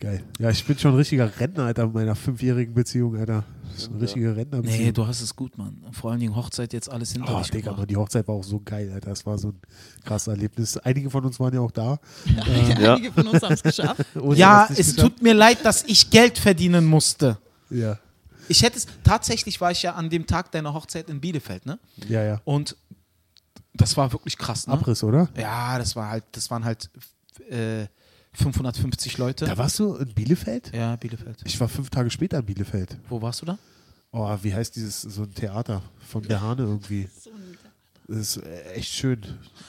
Geil. Ja, ich bin schon ein richtiger Rentner, Alter, in meiner fünfjährigen Beziehung, Alter. Das ist eine richtige Rentnerbeziehung.
Nee, du hast es gut, Mann. Vor allen Dingen Hochzeit jetzt alles hinter
Oh,
dich
Digga, Mann,
gebracht.
die Hochzeit war auch so geil, Alter. Das war so ein krasses Erlebnis. Einige von uns waren ja auch da.
Ja.
Einige von uns haben es geschafft.
Ohne
Ja,
das nicht
es
geschafft.
tut mir leid, dass ich Geld verdienen musste.
Ja,
Ich hätte es, tatsächlich war ich ja an dem Tag deiner Hochzeit in Bielefeld, ne?
ja, ja.
Und das war wirklich krass, ne?
Abriss, oder?
Ja, das war halt, das waren halt äh, 550 Leute.
Da warst du in Bielefeld?
ja, Bielefeld.
Ich war fünf Tage später in Bielefeld.
Wo warst du da?
Oh, wie heißt dieses, so ein Theater von der Hane irgendwie? Das ist äh, echt schön.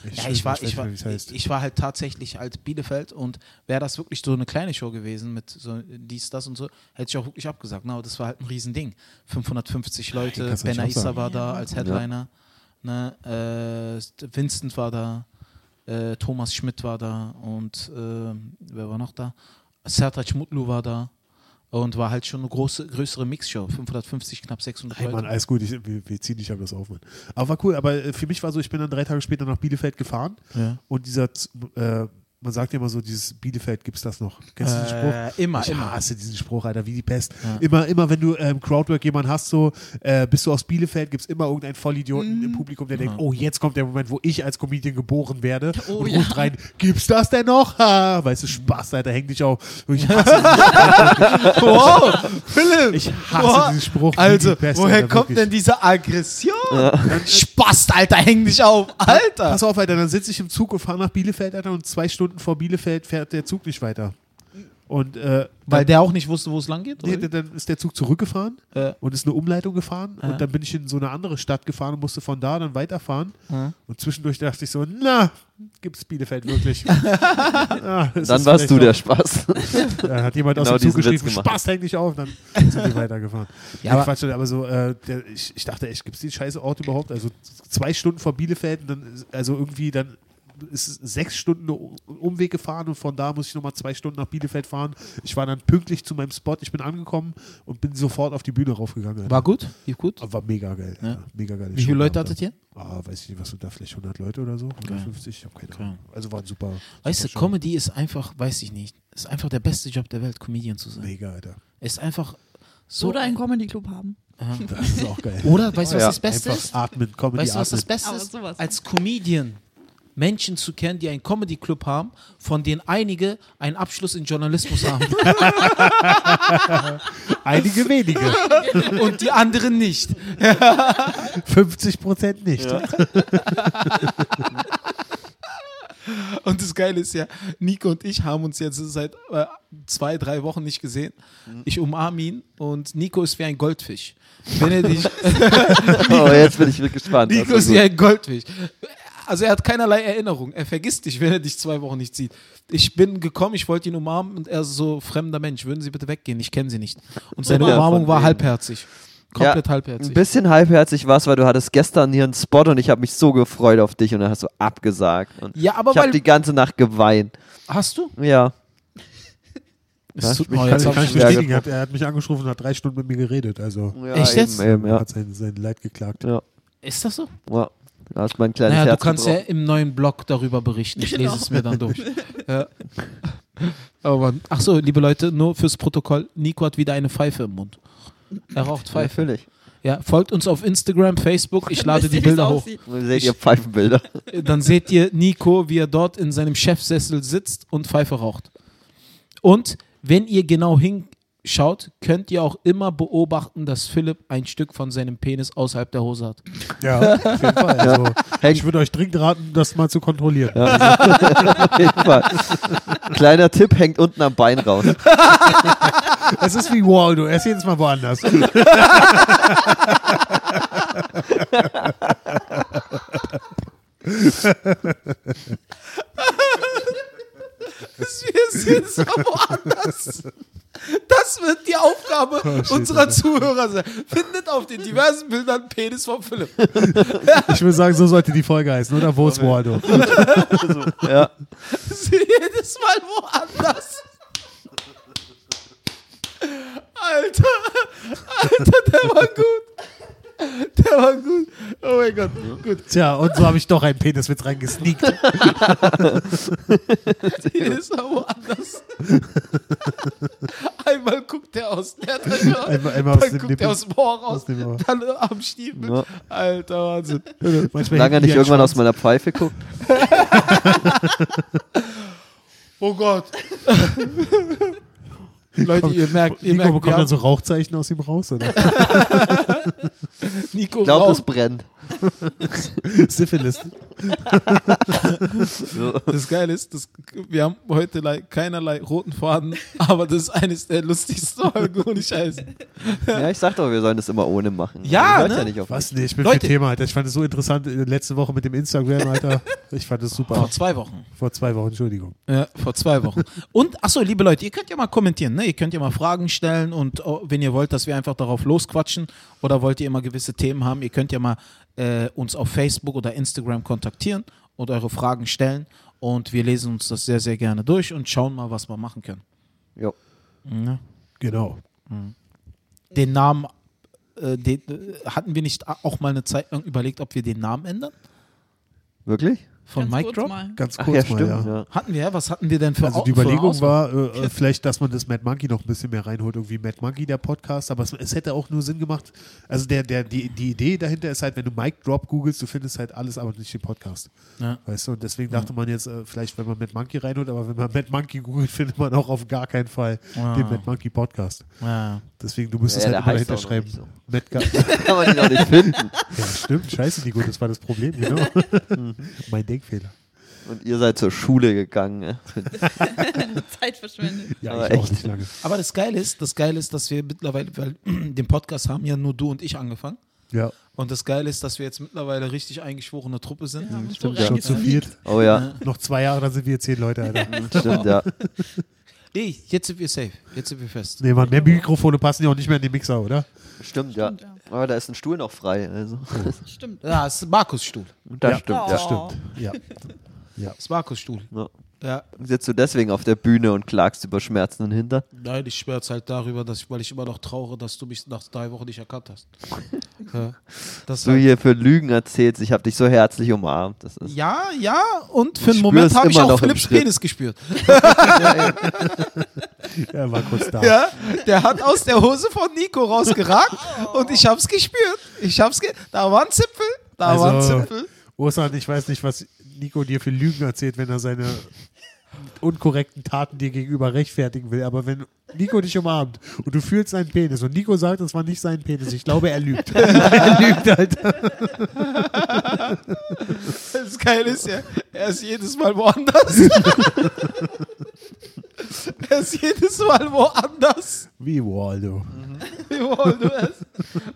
Echt
Ja,
schön.
ich war,
weiß
ich, war,
nicht, wie's heißt.
ich, ich war halt tatsächlich halt Bielefeld und wäre das wirklich so eine kleine Show gewesen mit so dies, das und so, hätte ich auch wirklich abgesagt. Na, aber das war halt ein Riesending. 550 Leute,
kannst du
Ben
nicht
Aissa
absagen.
war da
Ja,
als Headliner, ne, äh, Vincent war da, äh, Thomas Schmidt war da und äh, wer war noch da? Sertac Mutlu war da und war halt schon eine große, größere Mixshow. 550, knapp 600
Hey,
Leute.
Mann, alles gut, ich, wir, wir ziehen dich aber das auf, Mann. Aber war cool, aber äh, für mich war so, ich bin dann drei Tage später nach Bielefeld gefahren
Ja.
und dieser, Z- äh, man sagt ja immer so, dieses Bielefeld gibt's das noch. Kennst du diesen Spruch?
Äh, immer,
ich
immer.
hasse diesen Spruch, Alter, wie die Pest.
Ja.
Immer, immer, wenn du ähm, Crowdwork jemanden hast, so, äh, bist du aus Bielefeld, gibt's immer irgendeinen
Mhm.
Vollidioten im Publikum, der denkt, oh, jetzt kommt der Moment, wo ich als Comedian geboren werde
Oh,
und
ja.
ruft rein, gibt's das denn noch? Ha! Weißt du, Spaß, Alter, häng dich auf. Und Ich hasse,
Wow, Philipp!
ich hasse
Boah.
diesen Spruch. wie
Also,
die Pest,
woher
Alter,
kommt
wirklich.
denn diese Aggression? Spaß, Alter, häng dich auf,
Ah.
Alter.
Pass auf, Alter, dann sitze ich im Zug und fahre nach Bielefeld, Alter, und zwei Stunden vor Bielefeld fährt der Zug nicht weiter. Und äh,
Weil der auch nicht wusste, wo es lang geht?
Nee,
Oder?
dann- dann ist der Zug zurückgefahren
Äh.
und ist eine Umleitung gefahren
Ah.
Ja.
und dann bin ich in so eine andere Stadt gefahren und musste von da dann weiterfahren.
Ah.
Ja.
Und zwischendurch dachte ich so, na, gibt's Bielefeld wirklich? Ah, das
Dann
ist
warst
vielleicht
du der
auch-
Spaß.
Dann Äh, hat jemand
Genau
aus dem Zug
diesen Witz
geschrieben,
gemacht.
Spaß, häng dich auf, dann sind wir weitergefahren.
Ja,
Ja,
aber-
aber, Quatsch, aber so, äh, der, ich, ich dachte echt, gibt's den scheiße Ort überhaupt? Also zwei Stunden vor Bielefeld, und dann, ist- also irgendwie dann ist es sechs Stunden um- Umweg gefahren und von da muss ich nochmal zwei Stunden nach Bielefeld fahren. Ich war dann pünktlich zu meinem Spot, ich bin angekommen und bin sofort auf die Bühne raufgegangen. Alter.
Äh, War gut, lief gut.
Aber war mega geil.
Ja.
Ja. Mega geil.
Wie viele Leute hattet ihr?
Ah, weiß ich nicht, was sind da vielleicht 100 Leute oder so? 150? Ich habe keine
Okay.
Ahnung. Also waren super.
Weißt du,
super Show.
Comedy ist einfach, weiß ich nicht, ist einfach der beste Job der Welt, Comedian zu sein.
Mega, Alter.
Ist einfach so.
Oder einen Comedy Club haben.
Das ist auch geil.
Oder, weißt du, was
Ja.
das Beste
Einfach
ist?
atmen, Comedy
Weißt du, was das
atmen.
Beste
Aber
ist?
sowas.
Als Comedian Menschen zu kennen, die einen Comedy-Club haben, von denen einige einen Abschluss in Journalismus haben
Einige wenige.
und die anderen nicht.
50 Prozent nicht.
Und das Geile ist ja, Nico und ich haben uns jetzt seit äh, zwei, drei Wochen nicht gesehen.
Mhm.
Ich umarme ihn und Nico ist wie ein Goldfisch. Wenn er dich,
Oh, jetzt bin ich wirklich gespannt.
Nico
Das
ist
war
wie
gut.
ein Goldfisch. Also er hat keinerlei Erinnerung. Er vergisst dich, wenn er dich zwei Wochen nicht sieht. Ich bin gekommen, ich wollte ihn umarmen und er so fremder Mensch. Würden Sie bitte weggehen? Ich kenne Sie nicht. Und seine
Ja, von
Umarmung war
wegen.
halbherzig. Komplett halbherzig.
Ein bisschen halbherzig war's, weil du hattest gestern hier einen Spot und ich habe mich so gefreut auf dich und dann hast du abgesagt. Und
Ja, aber
ich habe
weil
die ganze Nacht geweint.
hast du?
Ja.
Es tut mir
Kann,
jetzt
ich- kann
hab
ich
ich
mich-
bestätigen. Er hat, er hat mich angerufen und hat drei Stunden mit mir geredet. Also
ja
Echt
eben,
jetzt?
Eben, ja.
hat sein, sein Leid geklagt.
Ja.
Ist das so?
ja. Da hast mein kleines
Naja,
Herz
du kannst ja
gebrochen.
im neuen Blog darüber berichten. Ich
Genau.
lese es mir dann durch. ja. Oh Mann. Ach so, liebe Leute, nur fürs Protokoll. Nico hat wieder eine Pfeife im Mund. Er raucht Pfeife.
Natürlich.
Ja, folgt uns auf Instagram, Facebook. Ich lade
Wisst
die
ihr, wie's
Bilder hoch. Äh,
aussieht?
Nun seht ihr Pfeifenbilder.
Dann seht ihr Nico, wie er dort in seinem Chefsessel sitzt und Pfeife raucht. Und wenn ihr genau hinschaut, schaut, könnt ihr auch immer beobachten, dass Philipp ein Stück von seinem Penis außerhalb der Hose hat.
Ja, auf jeden Fall. Also,
Hängt
ich würde euch dringend raten, das mal zu kontrollieren.
auf jeden Fall. Kleiner Tipp, hängt unten am Bein raus.
Es ist wie Waldo, er ist jedes Mal woanders.
Das wir sind aber woanders. Das wird die Aufgabe
Oh,
unserer Zuhörer sein. Findet auf den diversen Bildern Penis von Philipp.
Ich würde sagen, so sollte die Folge heißen, oder? Wo ist Waldo?
Ja.
Das ist jedes Mal woanders. Alter, Alter, der war gut. Der war gut. Oh mein Gott, gut.
Tja, und so habe ich doch einen Peniswitz reingesneakt.
Jedes Mal woanders. Einmal guckt der aus der Tür,
Einmal- einmal aus
dann
dem
guckt der
Nippel.
aus dem Ohr raus,
Aus dem Ohr.
dann am Stiefel.
Ja.
Alter, Wahnsinn.
Manchmal
Solange er
hängt die
nicht
an
irgendwann aus
Schwanz.
meiner Pfeife guckt.
Oh Gott. Leute, ihr merkt, ihr merkt, wir
Nico bekommt dann
haben
so Rauchzeichen aus ihm raus, oder?
Nico
Ich glaube,
raus.
das brennt.
Syphilis.
So.
Das Geile ist, das, wir haben heute lei- keinerlei roten Faden, aber das ist eines der lustigsten Folgen, ohne Scheiß.
Ja, ich sag doch, wir sollen das immer ohne machen.
Ja,
Ich weiß
ne?
ja nicht auf
Was? Nee, ich bin
Leute.
für Thema, Alter. Ich fand es so interessant äh, letzte Woche mit dem Instagram, Alter. Ich fand es super.
Vor zwei Wochen.
Vor zwei Wochen, Entschuldigung.
Ja, vor zwei Wochen. Und, achso, liebe Leute, ihr könnt ja mal kommentieren, ne? Ihr könnt ja mal Fragen stellen und oh, wenn ihr wollt, dass wir einfach darauf losquatschen oder wollt ihr immer gewisse Themen haben, ihr könnt ja mal äh, uns auf Facebook oder Instagram kontaktieren und eure Fragen stellen und wir lesen uns das sehr, sehr gerne durch und schauen mal, was wir machen können.
Jo.
Ne?
Genau.
Den Namen, äh, den, äh, hatten wir nicht a- auch mal eine Zeit lang überlegt, ob wir den Namen ändern?
Wirklich?
Von
Ganz
Mike
kurz
Drop?
mal.
Ganz
Ach
kurz
ja,
mal,
stimmt.
ja.
Ja.
Hatten wir, ja, was hatten wir denn für
Also
Au-
die
für eine
Überlegung
Auswahl?
war, äh, äh, vielleicht, dass man das Mad Monkey noch ein bisschen mehr reinholt, irgendwie Mad Monkey, der Podcast, aber es, es hätte auch nur Sinn gemacht. Also der, der, die, die Idee dahinter ist halt, wenn du Mike Drop googelst, du findest halt alles, aber nicht den Podcast.
Ja.
Weißt du, und deswegen dachte man jetzt, äh, vielleicht, wenn man Mad Monkey reinholt, aber wenn man Mad Monkey googelt, findet man auch auf gar keinen Fall
Ah.
den Mad Monkey Podcast.
Ja.
Deswegen, du müsstest
Ja,
halt immer
der
dahinter
heißt auch noch
schreiben.
nicht
Mad Ga-
Kann man ihn auch nicht finden.
ja, stimmt, scheiße, Nico, das war das Problem, genau. mein Denkfehler.
Und ihr seid zur Schule gegangen. Ne?
Zeit verschwendet.
Ja,
Aber
ich auch
echt.
nicht lange.
Aber das Geile ist, das Geile ist, dass wir mittlerweile, weil den Podcast haben ja nur du und ich angefangen.
Ja,
Und das Geile ist, dass wir jetzt mittlerweile richtig eingeschworene Truppe sind.
Ja,
stimmt,
so
ja.
schon zu viert.
Oh ja.
Noch zwei Jahre, dann sind wir zehn Leute, Alter.
Stimmt, ja.
Ey, jetzt sind wir safe. Jetzt sind wir fest.
Nee, Mann, mehr Mikrofone passen ja auch nicht mehr in den Mixer, oder?
Stimmt, ja.
Stimmt, ja.
Aber da ist ein Stuhl noch frei. Also.
Stimmt.
Ja, es ist Markus Stuhl.
Das
Ja.
stimmt,
Das
ja.
Oh.
Ja.
Es ist Markus Stuhl.
ja.
Ja,
Sitzt du deswegen auf der Bühne und klagst über Schmerzen und Hintern?
nein, ich schwöre halt darüber, dass ich, weil ich immer noch traure, dass du mich nach drei Wochen nicht erkannt hast. ja, das
Du hier für Lügen erzählst, ich habe dich so herzlich umarmt. Das ist
ja, ja, und für einen
Ich
Moment
spür's
habe ich
immer
auch
noch im
Philipps
Schritt.
Penis gespürt.
Er war kurz da.
Ja, der hat aus der Hose von Nico rausgeragt und ich hab's gespürt. Ich hab's ge da war ein Zipfel, da war ein
Also-
Zipfel.
Ursan, ich weiß nicht, was Nico dir für Lügen erzählt, wenn er seine unkorrekten Taten dir gegenüber rechtfertigen will. Aber wenn Nico dich umarmt und du fühlst seinen Penis und Nico sagt, es war nicht sein Penis, ich glaube, er lügt. er lügt, Alter.
Das Geile ist ja, er ist jedes Mal woanders. er ist jedes Mal woanders.
Wie Waldo.
Wie Waldo ist.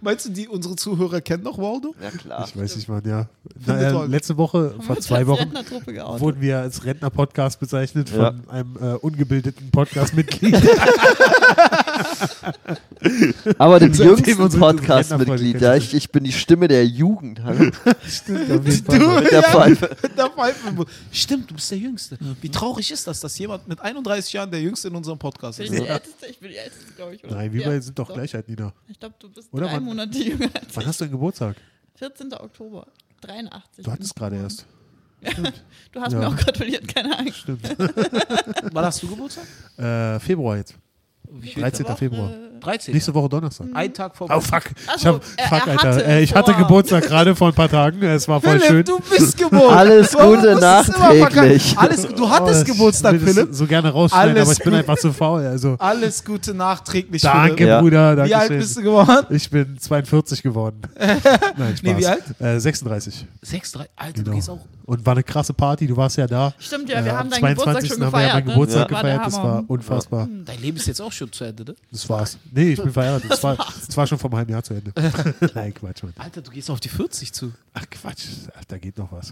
Meinst du, die, unsere Zuhörer kennen noch Waldo?
ja klar.
Ich weiß nicht, Mann, ja. Naja,
Toll.
letzte Woche, vor
Hm?
zwei Wochen,
Truppe geoutet.
wurden wir als Rentner-Podcast bezeichnet von
Ja.
einem äh, ungebildeten Podcast-Mitglied.
Aber dem
Seitdem
jüngsten
unsere
Podcast-Mitglied,
Rentnerfolge
ja,
kennst
ich, ich bin die Stimme der Jugend. halt. Hallo.
Hm. Auf jeden Fall.
Du,
Mit der Pfeife.
Mit der Pfeife. im Mund. Stimmt, du bist der Jüngste. Wie traurig ist das, dass jemand mit 31 Jahren der Jüngste in unserem Podcast
Bin
ist?
ich die Älteste? Ich bin die Älteste, glaube ich. oder?
Nein, wir
Ja,
beide sind doch
so.
gleich alt, Nina.
Ich glaube, du bist
Oder
drei
wann-
Monate jünger als
Wann
ich.
hast du einen Geburtstag?
14. Oktober, 83.
Du hattest gerade erst.
Du hast
Ja.
mir auch gratuliert, keine Angst.
Stimmt.
Wann hast du Geburtstag?
äh, Februar jetzt.
Wie viel?
13. Februar.
Äh,
13.
Nächste Woche Donnerstag.
Ein Tag vor.
Oh fuck.
Ach
Ich, hab,
so, er-
fuck,
er
Alter.
hatte
äh, ich hatte
vor.
Geburtstag gerade vor ein paar Tagen. Es war voll
Philipp,
schön.
du bist geboren.
Alles
Warum
Gute
musst du es immer
nachträglich.
verkacken? Alles, du
Oh,
hattest
ich
Geburtstag,
will das
Philipp.
so gerne rausschneiden,
Alles
aber ich bin
gut.
einfach zu faul. Also,
Alles Gute nachträglich,
danke,
Philipp.
Ja.
Bruder. Danke
Wie alt bist du geworden?
Ich bin 42 geworden. Nein, Spaß.
Nee, wie alt?
Äh, 36.
6, 3, Alter,
Genau. Und war eine krasse Party. Du warst ja da.
Stimmt, ja, wir
Äh, am
haben deinen Geburtstag
22.
schon
haben wir ja
gefeiert.
meinen
ne?
Geburtstag
Das war der
gefeiert. Das
Hammer.
war unfassbar.
Dein Leben ist jetzt auch schon zu Ende, ne?
Das war's. Nee, ich bin verheiratet. Das war, das war schon vor einem halben Jahr zu Ende. Nein, Quatsch. Mann.
Alter, du gehst auf die 40 zu.
Ach, Quatsch. Ach, da geht noch was.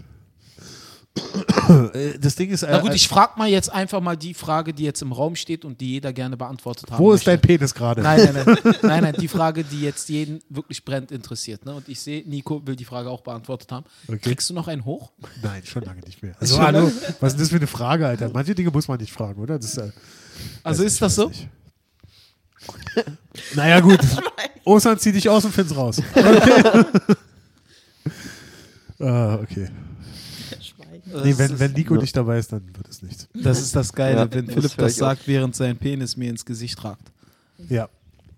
Äh, das Ding ist.
Na
äh,
gut,
äh,
ich frag mal jetzt einfach mal die Frage, die jetzt im Raum steht und die jeder gerne beantwortet haben
wo ist dein
möchte.
Penis gerade?
Nein, nein, nein, nein, nein, die Frage, die jetzt jeden wirklich brennend interessiert. Ne? Und ich sehe, Nico will die Frage auch beantwortet haben.
Okay.
Kriegst du noch einen hoch?
Nein, schon lange nicht mehr. Also,
Schon
hallo, was ist denn das für eine Frage, Alter? Manche Dinge muss man nicht fragen, oder? Das, äh,
Also
weiß
ist
ich,
das
weiß
so?
ich. Naja, gut. Ostern zieh dich aus und find's raus. Okay. ah, okay.
Schweigen.
Das
Nee, wenn,
ist-
wenn Nico
Ja.
nicht dabei ist, dann wird es nichts.
Das ist das Geile,
Ja,
wenn
das
Philipp
höre
das
ich
sagt, während sein Penis mir ins Gesicht ragt.
Ja.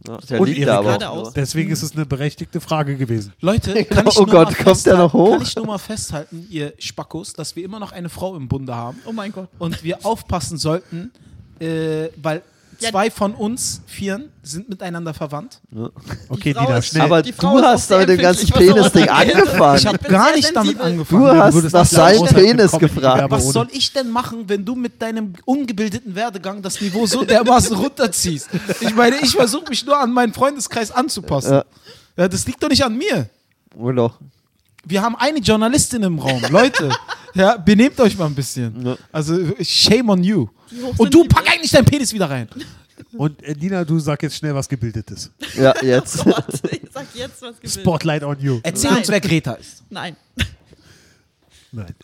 Ja, der
Und
liegt
Erika.
da aber auch
Geradeaus.
nur.
Deswegen ist es eine berechtigte Frage gewesen.
Leute, kann ich
Oh
nur mal
Gott, kommt der
festhalten-
noch hoch?
Kann ich nur mal festhalten, ihr Spackos, dass wir immer noch eine Frau im Bunde haben
Oh mein Gott.
und wir aufpassen sollten, äh, weil
Ja.
zwei von uns Vieren sind miteinander verwandt.
Okay,
Die Frau
Nina,
ist-
schnell.
ne? Aber
Die Frau
du
ist auch
hast
sehr
mit dem ganzen
empfindlich, was
Penis-Ding
sowas angeht.
Ich
angefangen.
habe
bin
gar
sehr
nicht damit
sensibel.
angefangen.
Du hast
würdest
nach
nicht
seinem
sagen,
Penis
komm, ich bin
gefragt.
Werbe-
Was
ohne.
soll ich denn machen, wenn du mit deinem ungebildeten Werdegang das Niveau so dermaßen runterziehst? Ich meine, ich versuche mich nur an meinen Freundeskreis anzupassen.
Ja.
Ja. das liegt doch nicht an mir.
Wohl Oh, doch.
Wir haben eine Journalistin im Raum. Leute, ja, benehmt euch mal ein bisschen.
Ja.
Also, shame on you.
Wie hoch
Und
sind
du
die
pack eigentlich deinen Penis wieder rein.
Und äh, Nina, du sag jetzt schnell was Gebildetes.
Ja, jetzt.
Warte, ich sag jetzt was gewinnt.
Spotlight on you.
Erzähl
Nein.
uns, wer Greta ist.
Nein.
Nein.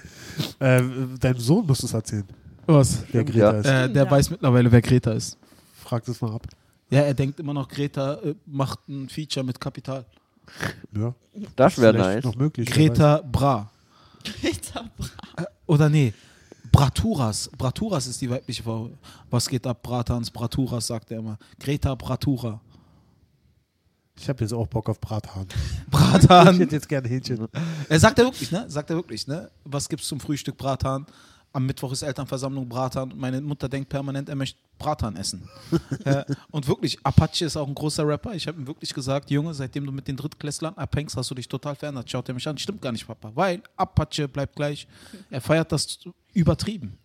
Ähm, deinem Sohn musst du es erzählen,
Was?
wer Greta ist.
Äh, der
Ja.
weiß mittlerweile, wer Greta ist.
Frag das mal ab.
Ja, er denkt immer noch, Greta äh, macht ein Feature mit Kapital.
Ja,
Das wäre
vielleicht
nice.
noch möglich. wer weiß.
Greta Bra.
Peter Bra-
Oder nee, Braturas. Braturas ist die weibliche Frau. Was geht ab, Bratans? Braturas, sagt er immer. Greta Bratura.
Ich habe jetzt auch Bock auf Brathahn. Ich
Bratan.
hätte jetzt gerne Hähnchen.
Er sagt er wirklich, ne? Sagt er wirklich, ne? Was gibt's zum Frühstück, Bratan? Am Mittwoch ist Elternversammlung, Bratan. Meine Mutter denkt permanent, er möchte Bratan essen. äh, und wirklich, Apache ist auch ein großer Rapper. Ich habe ihm wirklich gesagt, Junge, seitdem du mit den Drittklässlern abhängst, hast du dich total verändert. Schaut er mich an, stimmt gar nicht, Papa. Weil Apache bleibt gleich. Er feiert das übertrieben.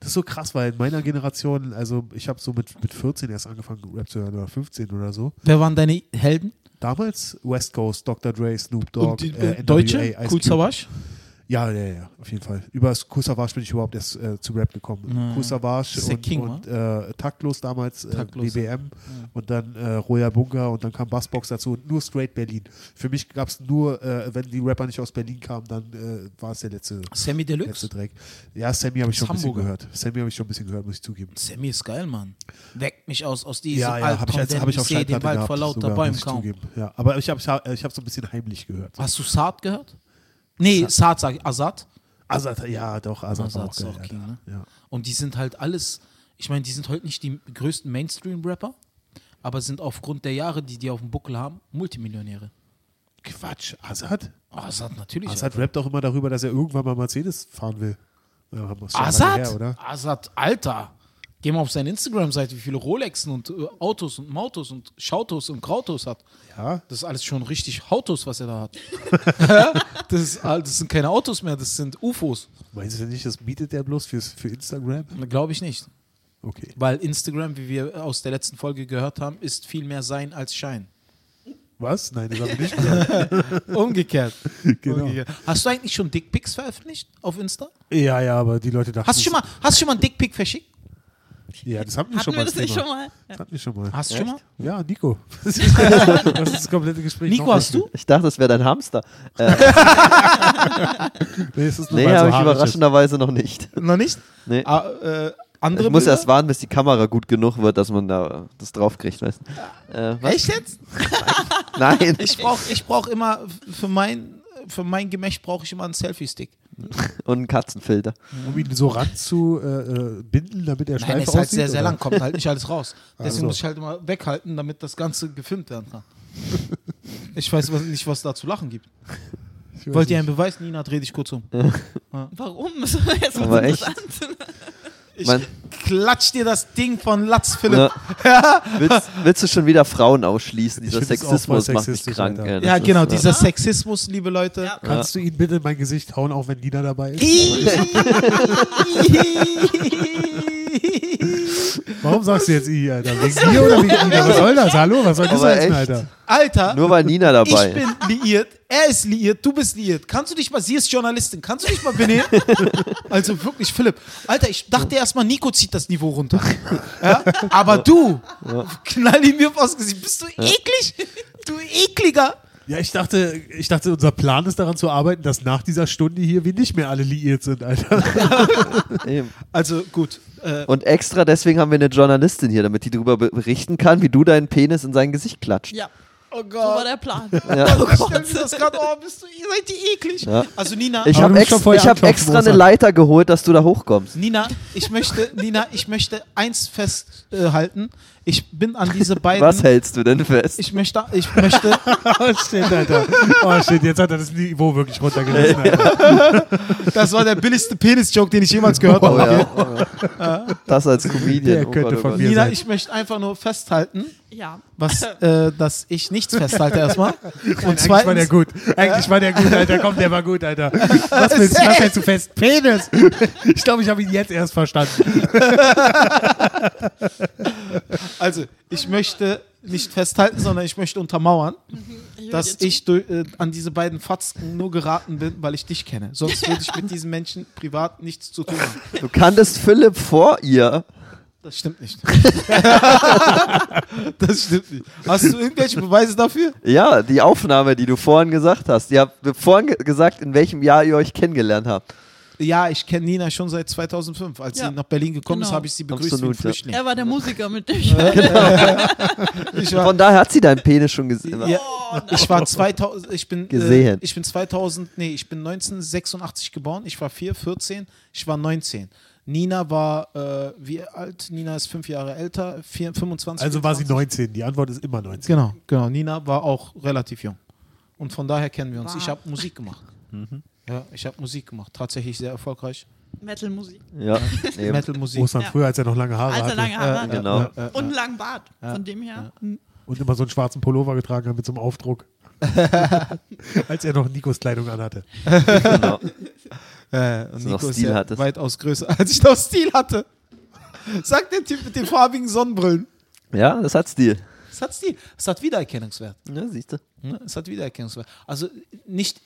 Das ist so krass, weil in meiner Generation, also ich habe so mit, mit 14 erst angefangen, Rap zu hören oder 15 oder so.
Wer waren deine Helden?
Damals West Coast, Dr. Dre, Snoop Dogg,
und die
äh,
äh,
NWA,
Deutsche?
Ice
Cool
Cube.
Savage?
Ja, ja, ja, auf jeden Fall. Über das Cool Savage bin ich überhaupt erst äh, zu Rap gekommen.
Ja.
Cool Savage
Ist der
und,
King,
und äh, Taktlos damals, äh,
Taktlos.
BBM und dann äh, Royal Bunker und dann kam Bassbox dazu und nur straight Berlin. Für mich gab es nur, äh, wenn die Rapper nicht aus Berlin kamen, dann äh, war es der letzte,
Sammy
letzte
Deluxe?
Dreck. Ja, Sammy habe
Ist
ich schon ein bisschen
Hamburger.
gehört. Sammy habe ich schon ein bisschen gehört, muss ich zugeben.
Sammy ist geil, Mann. Weckt mich aus, aus diesem
Ja, ja, habe ich,
Albtraum,
als-
denn
hab ich auf
sehe den
Schallplatte
Wald
gehabt.
vor lauter
sogar,
Bäumen
muss ich
kaum.
zugeben. Ja, aber ich habe ich hab so ein bisschen heimlich gehört.
Hast du Saad gehört? Nee, Saad sag ich, Azad.
Azad, ja, doch, Azad, war auch
Azad ist
geil.
auch
Alter.
King, ne?
ja.
Und die sind halt alles, ich meine, die sind heute nicht die größten Mainstream-Rapper, aber sind aufgrund der Jahre, die die auf dem Buckel haben, Multimillionäre.
Quatsch, Azad?
Oh, Azad natürlich.
Azad rappt auch immer darüber, dass er irgendwann mal Mercedes fahren will. Ja, haben wir's schon lange
Azad?
Her, oder?
Azad, Alter. Geh mal auf seine Instagram-Seite, wie viele Rolexen und äh, Autos und Mautos und Schautos und Krautos hat.
Ja.
Das ist alles schon richtig Autos, was er da hat. das, ist, all- das sind keine Autos mehr, das sind UFOs.
Meinst du nicht, das bietet er bloß fürs, für Instagram?
Glaube ich nicht.
Okay.
Weil Instagram, wie wir aus der letzten Folge gehört haben, ist viel mehr Sein als Schein.
Was? Nein, das habe ich nicht gesagt.
Umgekehrt.
Genau.
Umgekehrt. Hast du eigentlich schon Dickpics veröffentlicht auf Insta?
ja, ja, aber die Leute dachten.
Hast du schon mal, hast du schon mal einen Dickpic verschickt?
Ja, das hatten wir
Hatten
schon
wir
mal.
das nicht schon
Thema.
mal? Ja.
Das hatten wir schon mal.
Hast du schon mal?
Ja, Nico. Das ist das komplette Gespräch.
Nico,
noch
hast du?
Ich dachte, das wäre dein Hamster. Äh,
Nee, es ist nur
nee,
mal so
habe ich
haarig ist.
überraschenderweise noch nicht.
Noch nicht?
Nee.
Ah, äh, andere
Ich muss
Bilder?
erst warten, bis die Kamera gut genug wird, dass man da das draufkriegt, weißt du? Äh, was?
Echt jetzt?
Nein.
Ich brauche ich brauch immer, für mein, für mein Gemächt brauche ich immer einen Selfie-Stick.
Und einen Katzenfilter.
Um ihn so ranzubinden, äh, binden, damit er
Nein,
schneller
ist
aussieht?
halt sehr, sehr
oder?
lang, kommt halt nicht alles raus. Deswegen
so.
muss ich halt immer weghalten, damit das Ganze gefilmt werden kann. Ich weiß was, nicht, was da zu lachen gibt.
Ich weiß
Wollt ihr
nicht.
einen Beweis? Nina, dreh dich kurz um.
Warum? Das war jetzt
Aber
was
echt?
interessant.
Ich
Man-
klatsch dir das Ding von Latz, Philipp.
Ne? willst, willst du schon wieder Frauen ausschließen? Dieser
find das auch
Sexismus
voll
macht mich
sexistisch,
krank.
Alter.
ey. Das
Ja,
ist,
genau,
äh,
dieser Sexismus, liebe Leute.
Ja.
Kannst du ihn bitte in mein Gesicht hauen, auch wenn Nina dabei ist? Warum sagst du jetzt I, Alter? Wegen dir oder wegen Nina? Was soll das? Hallo? Was soll das
Aber
heißen,
echt?
Alter?
Alter,
Nur weil Nina dabei
ich bin liiert, er ist liiert, du bist liiert. Kannst du dich mal, sie ist Journalistin, kannst du dich mal benehmen? also wirklich, Philipp. Alter, ich dachte erstmal, Nico zieht das Niveau runter. ja? Aber du, knall ihn mir aufs Gesicht. Bist du eklig? Du ekliger.
Ja, ich dachte, ich dachte, unser Plan ist daran zu arbeiten, dass nach dieser Stunde hier wir nicht mehr alle liiert sind, Alter.
Eben.
Also gut, äh,
Und extra deswegen haben wir eine Journalistin hier, damit die darüber be- berichten kann, wie du deinen Penis in sein Gesicht klatscht.
Ja,
oh
so war
Gott.
der Plan.
Ja.
Oh Gott. Stell mir das grad, oh, bist du, ihr seid die eklig.
Ja.
Also Nina,
Ich
Aber
habe
du bist schon vorher
hab
anklopfen,
extra eine
Rosa.
Leiter geholt, dass du da hochkommst.
Nina, ich möchte, Nina, ich möchte eins festhalten. Ich bin an diese beiden.
Was hältst du denn fest?
Ich möchte, ich möchte,
Oh shit, Alter. Oh shit, jetzt hat er das Niveau wirklich runtergelassen, Alter.
das war der billigste Penis-Joke, den ich jemals gehört
Oh
habe.
ja. oh ja. Das als Comedian.
Der
oh
könnte
Gott, oh
von
Gott.
mir-
Nina, ich möchte einfach nur festhalten,
Ja.
was, äh, dass ich nichts festhalte erstmal. Und
Eigentlich war der
zweitens,
gut. Eigentlich war der gut, Alter. Komm, der war gut, Alter. Was, willst, was hältst du fest? Penis! Ich glaube, ich habe ihn jetzt erst verstanden.
also ich möchte nicht festhalten, sondern ich möchte untermauern,
Ich
dass ich durch, äh, an diese beiden Fatzken nur geraten bin, weil ich dich kenne. Sonst würde ich mit diesen Menschen privat nichts zu tun haben.
Du kanntest Philipp vor ihr.
Das stimmt nicht. das stimmt nicht. Hast du irgendwelche Beweise dafür?
Ja, die Aufnahme, die du vorhin gesagt hast. Ihr habt vorhin ge gesagt, in welchem Jahr ihr euch kennengelernt habt.
Ja, ich kenne Nina schon seit 2005. Als
Ja.
sie nach Berlin gekommen ist,
Genau.
habe ich sie begrüßt wie ein
Absolut, ja.
Flüchtling.
er war der Musiker, mit dem ich.
Ich war,
Von daher hat sie deinen Penis schon gesehen.
ja,
Oh,
ich war 2000, ich bin, äh,
Gesehen.
ich bin 2000, nee, ich bin 1986 geboren. Ich war 4, 14, ich war 19. Nina war, äh, wie alt? Nina ist fünf Jahre älter, vier, 25.
Also war sie
25.
19. Die Antwort ist immer 19.
Genau, genau. Nina war auch relativ jung. Und von daher kennen wir uns.
Wow.
Ich habe Musik gemacht.
Mhm.
Ja, ich habe Musik gemacht. Tatsächlich sehr erfolgreich.
Metal-Musik.
Ja, eben.
Metal-Musik.
Ostern
Ja.
früher, als er noch lange Haare
Als er
hatte.
lange Haare hatte.
Genau.
Äh, äh,
Und einen langen Bart. Von dem her.
Und immer so einen schwarzen Pullover getragen hat mit so einem Aufdruck. als er noch Nikos Kleidung anhatte.
genau.
Äh, und
du noch
Nico ist
Stil
ja
hattest.
weitaus größer, als ich noch Stil hatte. Sagt der Typ mit den farbigen Sonnenbrillen.
Ja, das hat Stil.
Es hat Stil. Es hat Wiedererkennungswert.
Ja, siehst du.
Ne? Es hat Wiedererkennungswert. Also nicht,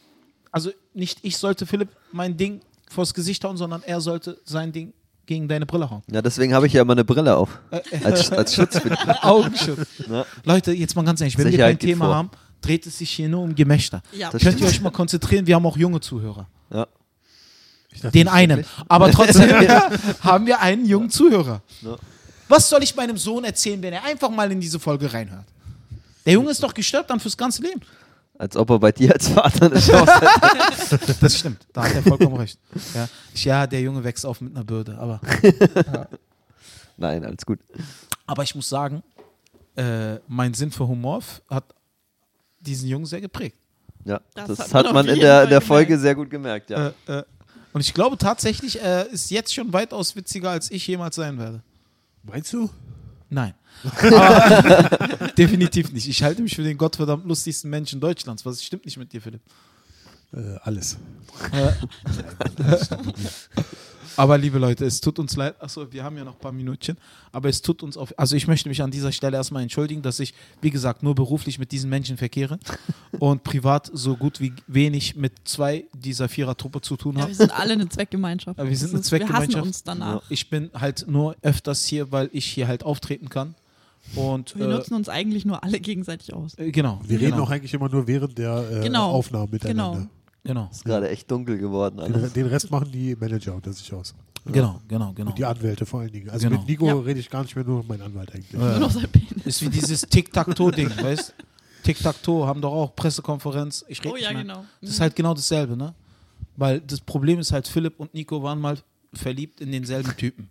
also nicht ich sollte Philipp mein Ding vors Gesicht hauen, sondern er sollte sein Ding gegen deine Brille hauen.
Ja, deswegen habe ich ja immer eine Brille auf.
Äh.
Als, als Schutzmittel.
Augenschutz.
Ne?
Leute, jetzt mal ganz ehrlich, wenn
Sicherheit
wir kein
geht
Thema
vor.
haben, dreht es sich hier nur um Gemächter.
Ja.
Das
Könnt ihr
stimmt.
euch mal konzentrieren? Wir haben auch junge Zuhörer.
Ja.
Ich dachte,
Den einen. Aber trotzdem haben wir einen jungen Zuhörer.
Ja.
Was soll ich meinem Sohn erzählen, wenn er einfach mal in diese Folge reinhört? Der Junge ist doch gestört dann fürs ganze Leben.
Als ob er bei dir als Vater eine Chance hat.
Das stimmt, da hat er vollkommen recht. Ja, ich, ja der Junge wächst auf mit einer Bürde. Aber,
Nein, alles gut.
aber ich muss sagen, äh, mein Sinn für Humor f- hat diesen Jungen sehr geprägt.
Ja,
Das
das,
hat man
hat
auf
man in
jeden
der,
Fall
in
gemerkt.
der Folge sehr gut gemerkt, ja.
Äh, äh, und ich glaube tatsächlich, er ist jetzt schon weitaus witziger, als ich jemals sein werde.
Meinst du?
Nein. Aber definitiv nicht. Ich halte mich für den gottverdammt lustigsten Menschen Deutschlands. Was stimmt nicht mit dir, Philipp?
Äh, alles.
Aber liebe Leute, es tut uns leid. Achso, wir haben ja noch ein paar Minütchen. Aber es tut uns auf. Also, ich möchte mich an dieser Stelle erstmal entschuldigen, dass ich, wie gesagt, nur beruflich mit diesen Menschen verkehre und privat so gut wie wenig mit zwei dieser Vierer-Truppe zu tun
Ja,
habe.
wir sind alle eine Zweckgemeinschaft.
Ja, wir sind
Das
eine
ist- Wir hassen
Zweckgemeinschaft.
uns danach.
Ich bin halt nur öfters hier, weil ich hier halt auftreten kann. Und.
Wir
Äh,
nutzen uns eigentlich nur alle gegenseitig aus.
äh, genau.
Wir reden
genau,
auch eigentlich immer nur während der äh,
Genau.
Aufnahmen miteinander.
Genau.
Ist gerade echt dunkel geworden. Alles.
Den, den Rest machen die Manager unter sich aus.
Genau, genau, genau.
Die Anwälte vor allen Dingen. Also
Genau.
mit Nico
Ja.
rede ich gar nicht mehr, nur noch mein Anwalt eigentlich.
Nur noch sein Penis.
Ist wie dieses Tic-Tac-Toe-Ding, weißt Tic-Tac-Toe haben doch auch Pressekonferenz. Ich rede
Oh
nicht
ja,
mehr.
genau.
Das ist halt genau dasselbe, ne? Weil das Problem ist halt, Philipp und Nico waren mal verliebt in denselben Typen.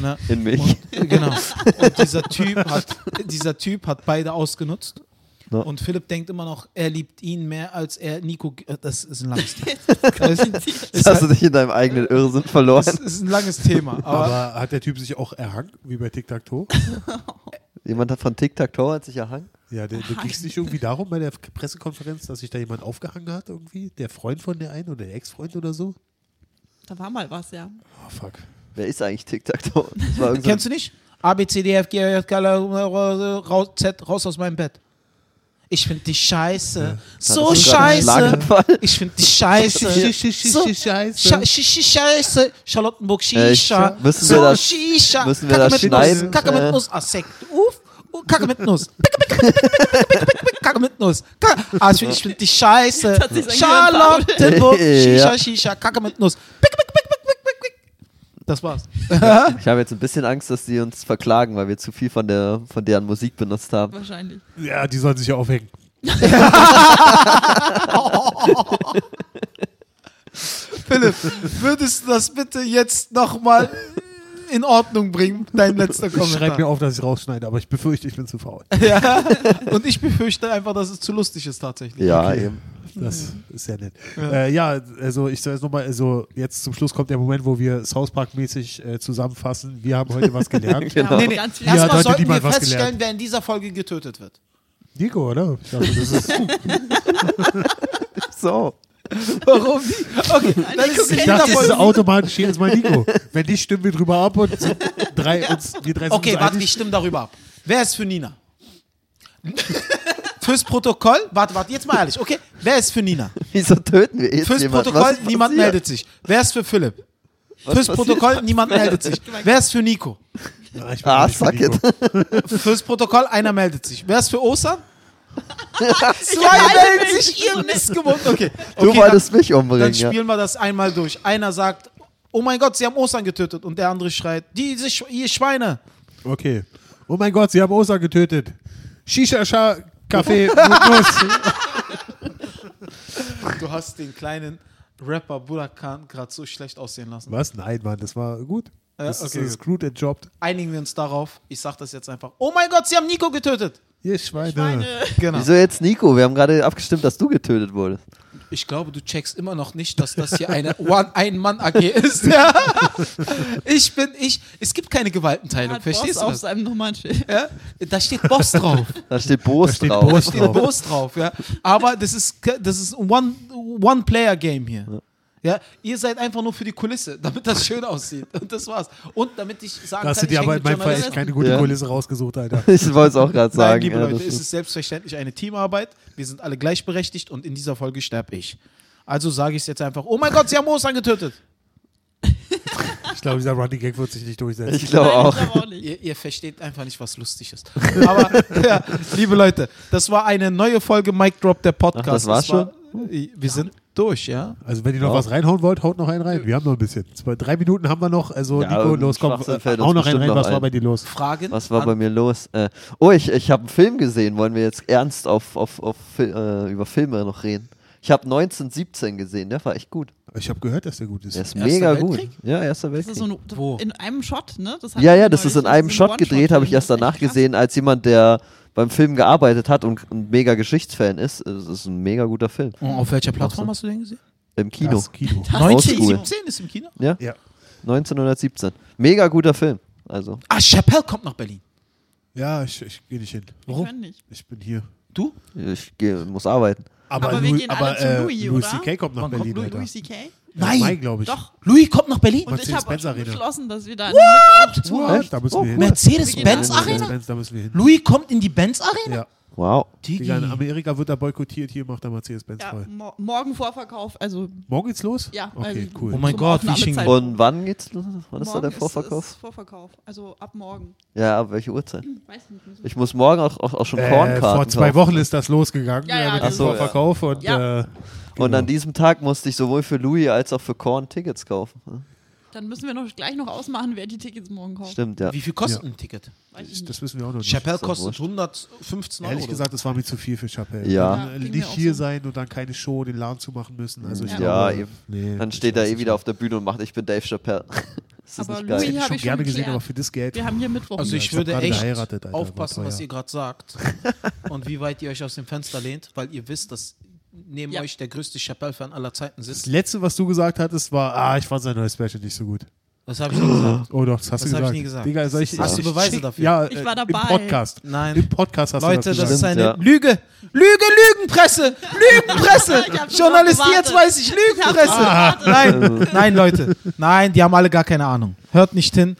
Ne?
In mich.
Und, genau. Und dieser Typ hat, dieser typ hat beide ausgenutzt.
Ja.
Und Philipp denkt immer noch, er liebt ihn mehr als er Nico. g- Äh, Das ist ein langes Thema.
Jetzt hast du dich in deinem eigenen Irrsinn
Das
verloren.
ist ein langes Thema. Aber
Aber hat der Typ sich auch erhangen, wie bei Tic Tac Toe?
Jemand hat von Tic-Tac-Toe hat sich erhangen.
Ja, da ging es nicht irgendwie darum bei der K- Pressekonferenz, dass sich da jemand aufgehangen hat irgendwie? Der Freund von der einen oder der Ex-Freund oder so?
Da war mal was, ja.
Oh, fuck.
Wer ist eigentlich Tic-Tac-Toe? Das war irgend so ein-
kennst du nicht? A, B, C, D, F, G, H, I, J, K, L, M, N, O, P, Q, R, S, T, U, V W, X, Y, Z, raus, Z, raus aus meinem Bett. Ich finde die scheiße. So
Hattest du gerade einen
scheiße.
Schlaganfall?
Ich finde die scheiße. So Scha-
Scheiße.
Schi- Schi- Scheiße, Charlottenburg
Äh, ich-
Shisha.
müssen wir
so
das-
Shisha.
müssen wir
Kacke
das
mit
schneiden?
Nuss. Kacke
Äh.
mit Nuss. Ah, Sekt. Uff. Uh, Kacke mit Nuss. Pick, pick, pick, pick, pick, pick, pick, pick, Kacke mit Nuss. Kacke. Ah, ich finde find die Scheiße.
hat sich sein Gehirn
Charlottenburg
Ja.
Shisha, Shisha. Kacke mit Nuss. Pick, pick, pick, pick, pick, pick, pick. Das war's.
Ich habe jetzt ein bisschen Angst, dass die uns verklagen, weil wir zu viel von, der, von deren Musik benutzt haben.
Wahrscheinlich.
Ja, die sollen sich ja aufhängen.
Philipp, würdest du das bitte jetzt nochmal in Ordnung bringen, dein letzter
Ich schreibe mir
Kommentar?
auf, dass ich rausschneide, aber ich befürchte, ich bin zu faul.
Ja. Und ich befürchte einfach, dass es zu lustig ist tatsächlich.
Ah,
Ja, eben.
Das ist ja nett. Ja, äh, ja also ich sage es nochmal, also jetzt zum Schluss kommt der Moment, wo wir South Park-mäßig äh, zusammenfassen. Wir haben heute was gelernt.
Genau.
Ja,
Nee, nee.
Ganz viel.
Ja,
Erstmal
da hat
sollten wir
niemand was
feststellen,
gelernt.
wer in dieser Folge getötet wird.
Nico, oder? Ich dachte, das ist,
So.
Warum nicht? Okay, dann ist es in
ich
jeder
dachte, das ist
Folge.
automatisch jedes Mal Nico. Wenn nicht, stimmen wir drüber ab und sind drei uns, die drei sind
Okay,
uns
warte,
einig.
ich stimme darüber ab. Wer ist für Nina? Fürs Protokoll, warte, warte, jetzt mal ehrlich, okay? Wer ist für Nina?
Wieso töten wir jetzt
Fürs
jemanden? Was
Protokoll,
ist
niemand
passiert?
meldet sich. Wer ist für Philipp? Fürs
passiert?
Protokoll, niemand meldet sich. Wer ist für Nico?
Ja, ich bin
Ah,
nicht für
fuck
Nico.
it.
Fürs Protokoll, einer meldet sich. Wer ist für Osan? Zwei
enthalte
melden
mich.
sich, ihr Mistgebund. Okay,
Du
okay dann,
wolltest mich umbringen,
dann
ja.
spielen wir das einmal durch. Einer sagt, oh mein Gott, sie haben Osan getötet. Und der andere schreit, diese Sch ihr Schweine.
Okay. Oh mein Gott, sie haben Osa getötet. Shisha, Sha, Kaffee, Nuss.
Du hast den kleinen Rapper Burakan gerade so schlecht aussehen lassen.
Was? Nein, Mann, das war gut. Das
okay,
ist screwed and jobbed.
Einigen wir uns darauf. Ich sag das jetzt einfach. Oh mein Gott, sie haben Nico getötet.
Ihr Schweine.
Meine.
Genau.
Wieso jetzt Nico? Wir haben gerade abgestimmt, dass du getötet wurdest.
Ich glaube, du checkst immer noch nicht, dass das hier eine One- Ein-Mann-AG ist. Ja. Ich bin, ich, es gibt keine Gewaltenteilung,
Hat Boss
verstehst
auf
du das?
seinem Nummernschild.
Ja? Da steht Boss drauf.
Da steht Boos
Da steht
drauf.
Boos
Da steht
drauf.
Boss drauf, ja. Aber das ist, ke- das ist One- One-Player-Game hier. Ja, ihr seid einfach nur für die Kulisse, damit das schön aussieht. Und das war's. Und damit ich sagen
Da hast
kann,
du
ich
dir
hänge
aber in
mit
meinem Fall echt
Journalisten.
keine gute
Ja.
Kulisse rausgesucht, Alter.
Ich wollte es auch gerade sagen.
Nein, liebe
ja,
Leute,
das
es ist selbstverständlich eine Teamarbeit. Wir sind alle gleichberechtigt und in dieser Folge sterbe ich. Also sage ich es jetzt einfach: Oh mein Gott, sie haben Ostern getötet.
Ich glaube, dieser Running Gag wird sich nicht durchsetzen.
ich glaube auch.
Nein, ich glaub auch nicht.
Ihr, ihr versteht einfach nicht, was lustig ist. Aber ja, liebe Leute, das war eine neue Folge Mic Drop der Podcast.
Ach, das war's
Es war, äh, Wir sind durch, ja?
Also, wenn ihr noch was reinhauen wollt, haut noch einen rein. Wir haben noch ein bisschen. Zwei, drei Minuten haben wir noch. Also,
Ja,
Nico,
irgendein
los, komm,
Schwachsinn
äh,
fällt
hau
uns
noch einen
bestimmt
rein.
noch
Was war
ein.
bei dir los?
Fragen?
Was war
an-
bei mir los? Äh, oh, ich, ich habe einen Film gesehen. Wollen wir jetzt ernst auf, auf, auf, Fil- äh, über Filme noch reden? Ich habe 1917 gesehen. Der war echt gut.
Ich habe gehört, dass der gut ist.
Der ist
Erster
mega
Weltkrieg?
gut. Ja, Erster
Das
Weltkrieg.
ist so ein, so
Wo?
in einem Shot, ne? Das hat
ja,
man
ja, das
neulich.
ist in einem
ein
Shot
One-Shot-Film.
gedreht, habe ich
Das ist
erst
echt
danach
krass.
gesehen, als jemand, der beim Film gearbeitet hat und ein mega Geschichtsfan ist. Es ist ein mega guter Film.
Und auf welcher Plattform hast du den gesehen?
Im Kino.
Das Kino.
Oldschool.
1917 ist im Kino.
Ja,
Ja.
1917. Mega guter Film. Also,
Ah, Chappelle kommt nach Berlin.
Ja, ich, ich gehe nicht hin.
Ich kann nicht.
Ich bin hier.
Du?
ich geh, muss arbeiten.
Aber,
Aber wir
Louis-
gehen alle
aber
zu
äh,
Louis,
Louis
oder?
C.K. kommt nach
Wann kommt
Berlin,
Louis-
Alter.
Louis C.K.?
Nein.
Nein, glaube ich.
Doch.
Louis kommt nach Berlin.
Und ich
Mercedes-Benz
habe
Arena.
beschlossen, dass wir da What?
What? Da müssen
Oh,
wir hin.
Mercedes-Benz
Wir gehen
Arena?
Mercedes-Benz, Da müssen wir hin.
Louis kommt in die Benz Arena?
Ja.
Wow.
Digi.
Digga, in Amerika wird da boykottiert, hier macht er Mercedes-Benz
Ja,
voll.
mo morgen Vorverkauf, also
Morgen geht's los?
Ja,
Okay,
also-
cool.
Oh mein
Zum
Gott, wie
Aufnahmezeit-
schön.
Und wann geht's los? Wann ist da
morgen
der
Ist, ist
Vorverkauf?
Vorverkauf, also ab morgen.
Ja, ab welche Uhrzeit?
Weiß nicht. müssen wir-
Ich muss morgen auch, auch, auch schon
Äh,
Kornkarten
vor zwei
kaufen.
Wochen ist das losgegangen
Ja, ja,
äh, mit
das
dem
ist-
Vorverkauf und
Ja.
äh,
Und an diesem Tag musste ich sowohl für Louis als auch für Korn Tickets kaufen.
dann müssen wir noch gleich noch ausmachen, wer die Tickets morgen kauft.
Stimmt, ja.
Wie viel kostet ein Ticket?
Weiß ich
Ich,
nicht.
das wissen wir auch noch nicht.
Chappelle
Ist doch
kostet
wurscht.
115 Euro.
Ehrlich gesagt, das war mir zu viel für Chappelle.
Ja,
Ja.
Dann, äh,
ging mir
nicht
auch
hier
so.
sein und dann keine Show, den Laden zu machen müssen. Also ich
Ja.
Ja,
glaube,
eben.
nee,
Dann
ich
steht er
weiß
eh
nicht.
wieder auf der Bühne und macht, ich bin Dave Chappelle. ist das
Aber Louis
nicht geil?
Hätte ich
hab
schon
ich schon
gerne gesehen,
geklärt.
aber für das Geld.
Wir haben hier Mittwoch.
also
Ja,
ich
ich hab
würde
gerade
echt
geheiratet, Alter, vor
aufpassen,
drei
was
Jahren.
ihr gerade sagt und wie weit ihr euch aus dem Fenster lehnt, weil ihr wisst, dass neben
Ja.
euch der größte Chappelle-Fan aller Zeiten
Das
sitzt.
letzte, was du gesagt hattest, war, ah, ich fand sein neues Special nicht so gut.
Das habe ich nie gesagt.
Oh doch, das hast
Das
du
hab ich
gesagt.
nie gesagt.
Digga, soll ich,
Hast
ich
du Beweise
schick-
dafür?
Ja,
Ich
äh,
war dabei.
Im Podcast.
Nein.
Im Podcast hast
Leute,
du
das
das
ist
gesagt.
Stimmt,
eine
ja.
Lüge. Lüge, Lügenpresse. Lügenpresse.
Ich hab schon
Journalist,
drauf
jetzt
gewartet.
weiß ich, Lügenpresse.
Also.
Nein, nein, Leute. Nein, die haben alle gar keine Ahnung. Hört nicht hin.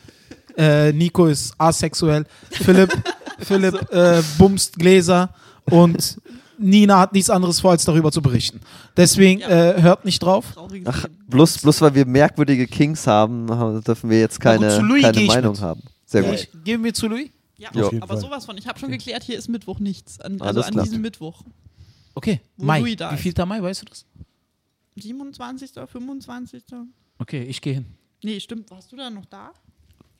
Äh, Nico ist asexuell. Philipp, Philipp äh, bumst Gläser und Nina hat nichts anderes vor, als darüber zu berichten. Deswegen
Ja.
äh, hört nicht drauf.
Trauriges
Ach,
Leben.
bloß, bloß weil wir merkwürdige Kings haben, haben- dürfen wir jetzt
Na gut,
keine,
zu Louis geh
keine
ich
Meinung
mit.
haben. Sehr gut.
Äh, Ich, geben wir zu Louis?
Ja,
Jo.
aber
Fall.
sowas von. Ich habe schon geklärt, hier ist Mittwoch nichts. An, also
Alles
an
klar.
diesem Mittwoch.
Okay,
Wo
Mai.
Louis da
Wie
ist.
viel Mai, weißt du das?
27. 25.
Okay, ich gehe hin.
Nee, stimmt. Warst du da noch da?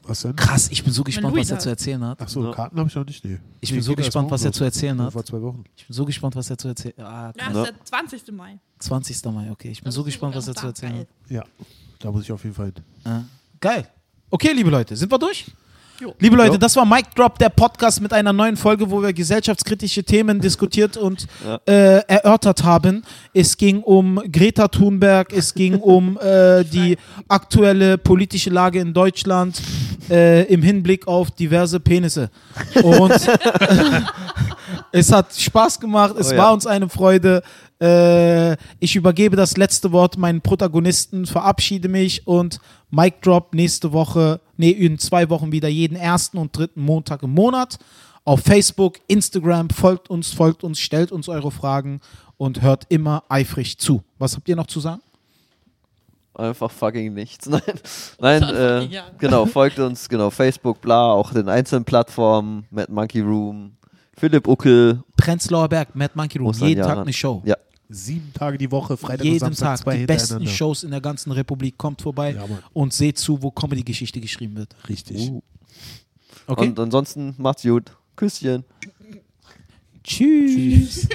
Was denn?
Krass, ich bin so gespannt, was
Louis
er
da
zu
ist.
erzählen hat.
Achso,
Ja.
Karten habe ich noch nicht. Nee.
Ich bin
Wie
so
geht das
gespannt, was er
morgen
zu erzählen
los?
hat.
Vor zwei Wochen.
Ich bin so gespannt, was er zu erzählen hat. Ah,
Ja,
Ja.
ist der 20. Mai.
20. Mai, okay. Ich bin
Da
so
bist du
gespannt, was
sogar
er
noch
zu
da.
erzählen hat.
Geil.
Ja, da muss ich auf jeden Fall hin.
Ja. Geil. Okay, liebe Leute, sind wir durch?
Jo.
Liebe Leute,
Ja.
das war Mic Drop, der Podcast mit einer neuen Folge, wo wir gesellschaftskritische Themen diskutiert und äh, erörtert haben. Es ging um Greta Thunberg, es ging um äh, die aktuelle politische Lage in Deutschland äh, im Hinblick auf diverse Penisse. Und es hat Spaß gemacht, es
Oh ja.
war uns eine Freude. Äh, ich übergebe das letzte Wort meinen Protagonisten, verabschiede mich und Mic Drop nächste Woche, nee, in zwei Wochen wieder jeden ersten und dritten Montag im Monat. Auf Facebook, Instagram, folgt uns, folgt uns, stellt uns eure Fragen und hört immer eifrig zu. Was habt ihr noch zu sagen?
Einfach fucking nichts. Nein, nein äh,
egal.
genau, folgt uns, genau, Facebook, bla, auch den einzelnen Plattformen, Mad Monkey Room, Philipp Uckel.
Prenzlauer Berg, Mad Monkey Room,
Ostern,
jeden
Jaran.
Tag eine Show.
Ja,
Sieben Tage die Woche, Freitag und
jeden
Samstag,
Tag
zwei
die
hintereinander.
besten Shows in der ganzen Republik. Kommt vorbei
Ja, Mann.
und seht zu, wo Comedy-Geschichte geschrieben wird.
Richtig.
Oh. Okay?
und ansonsten macht's gut. Küsschen.
Tschüss.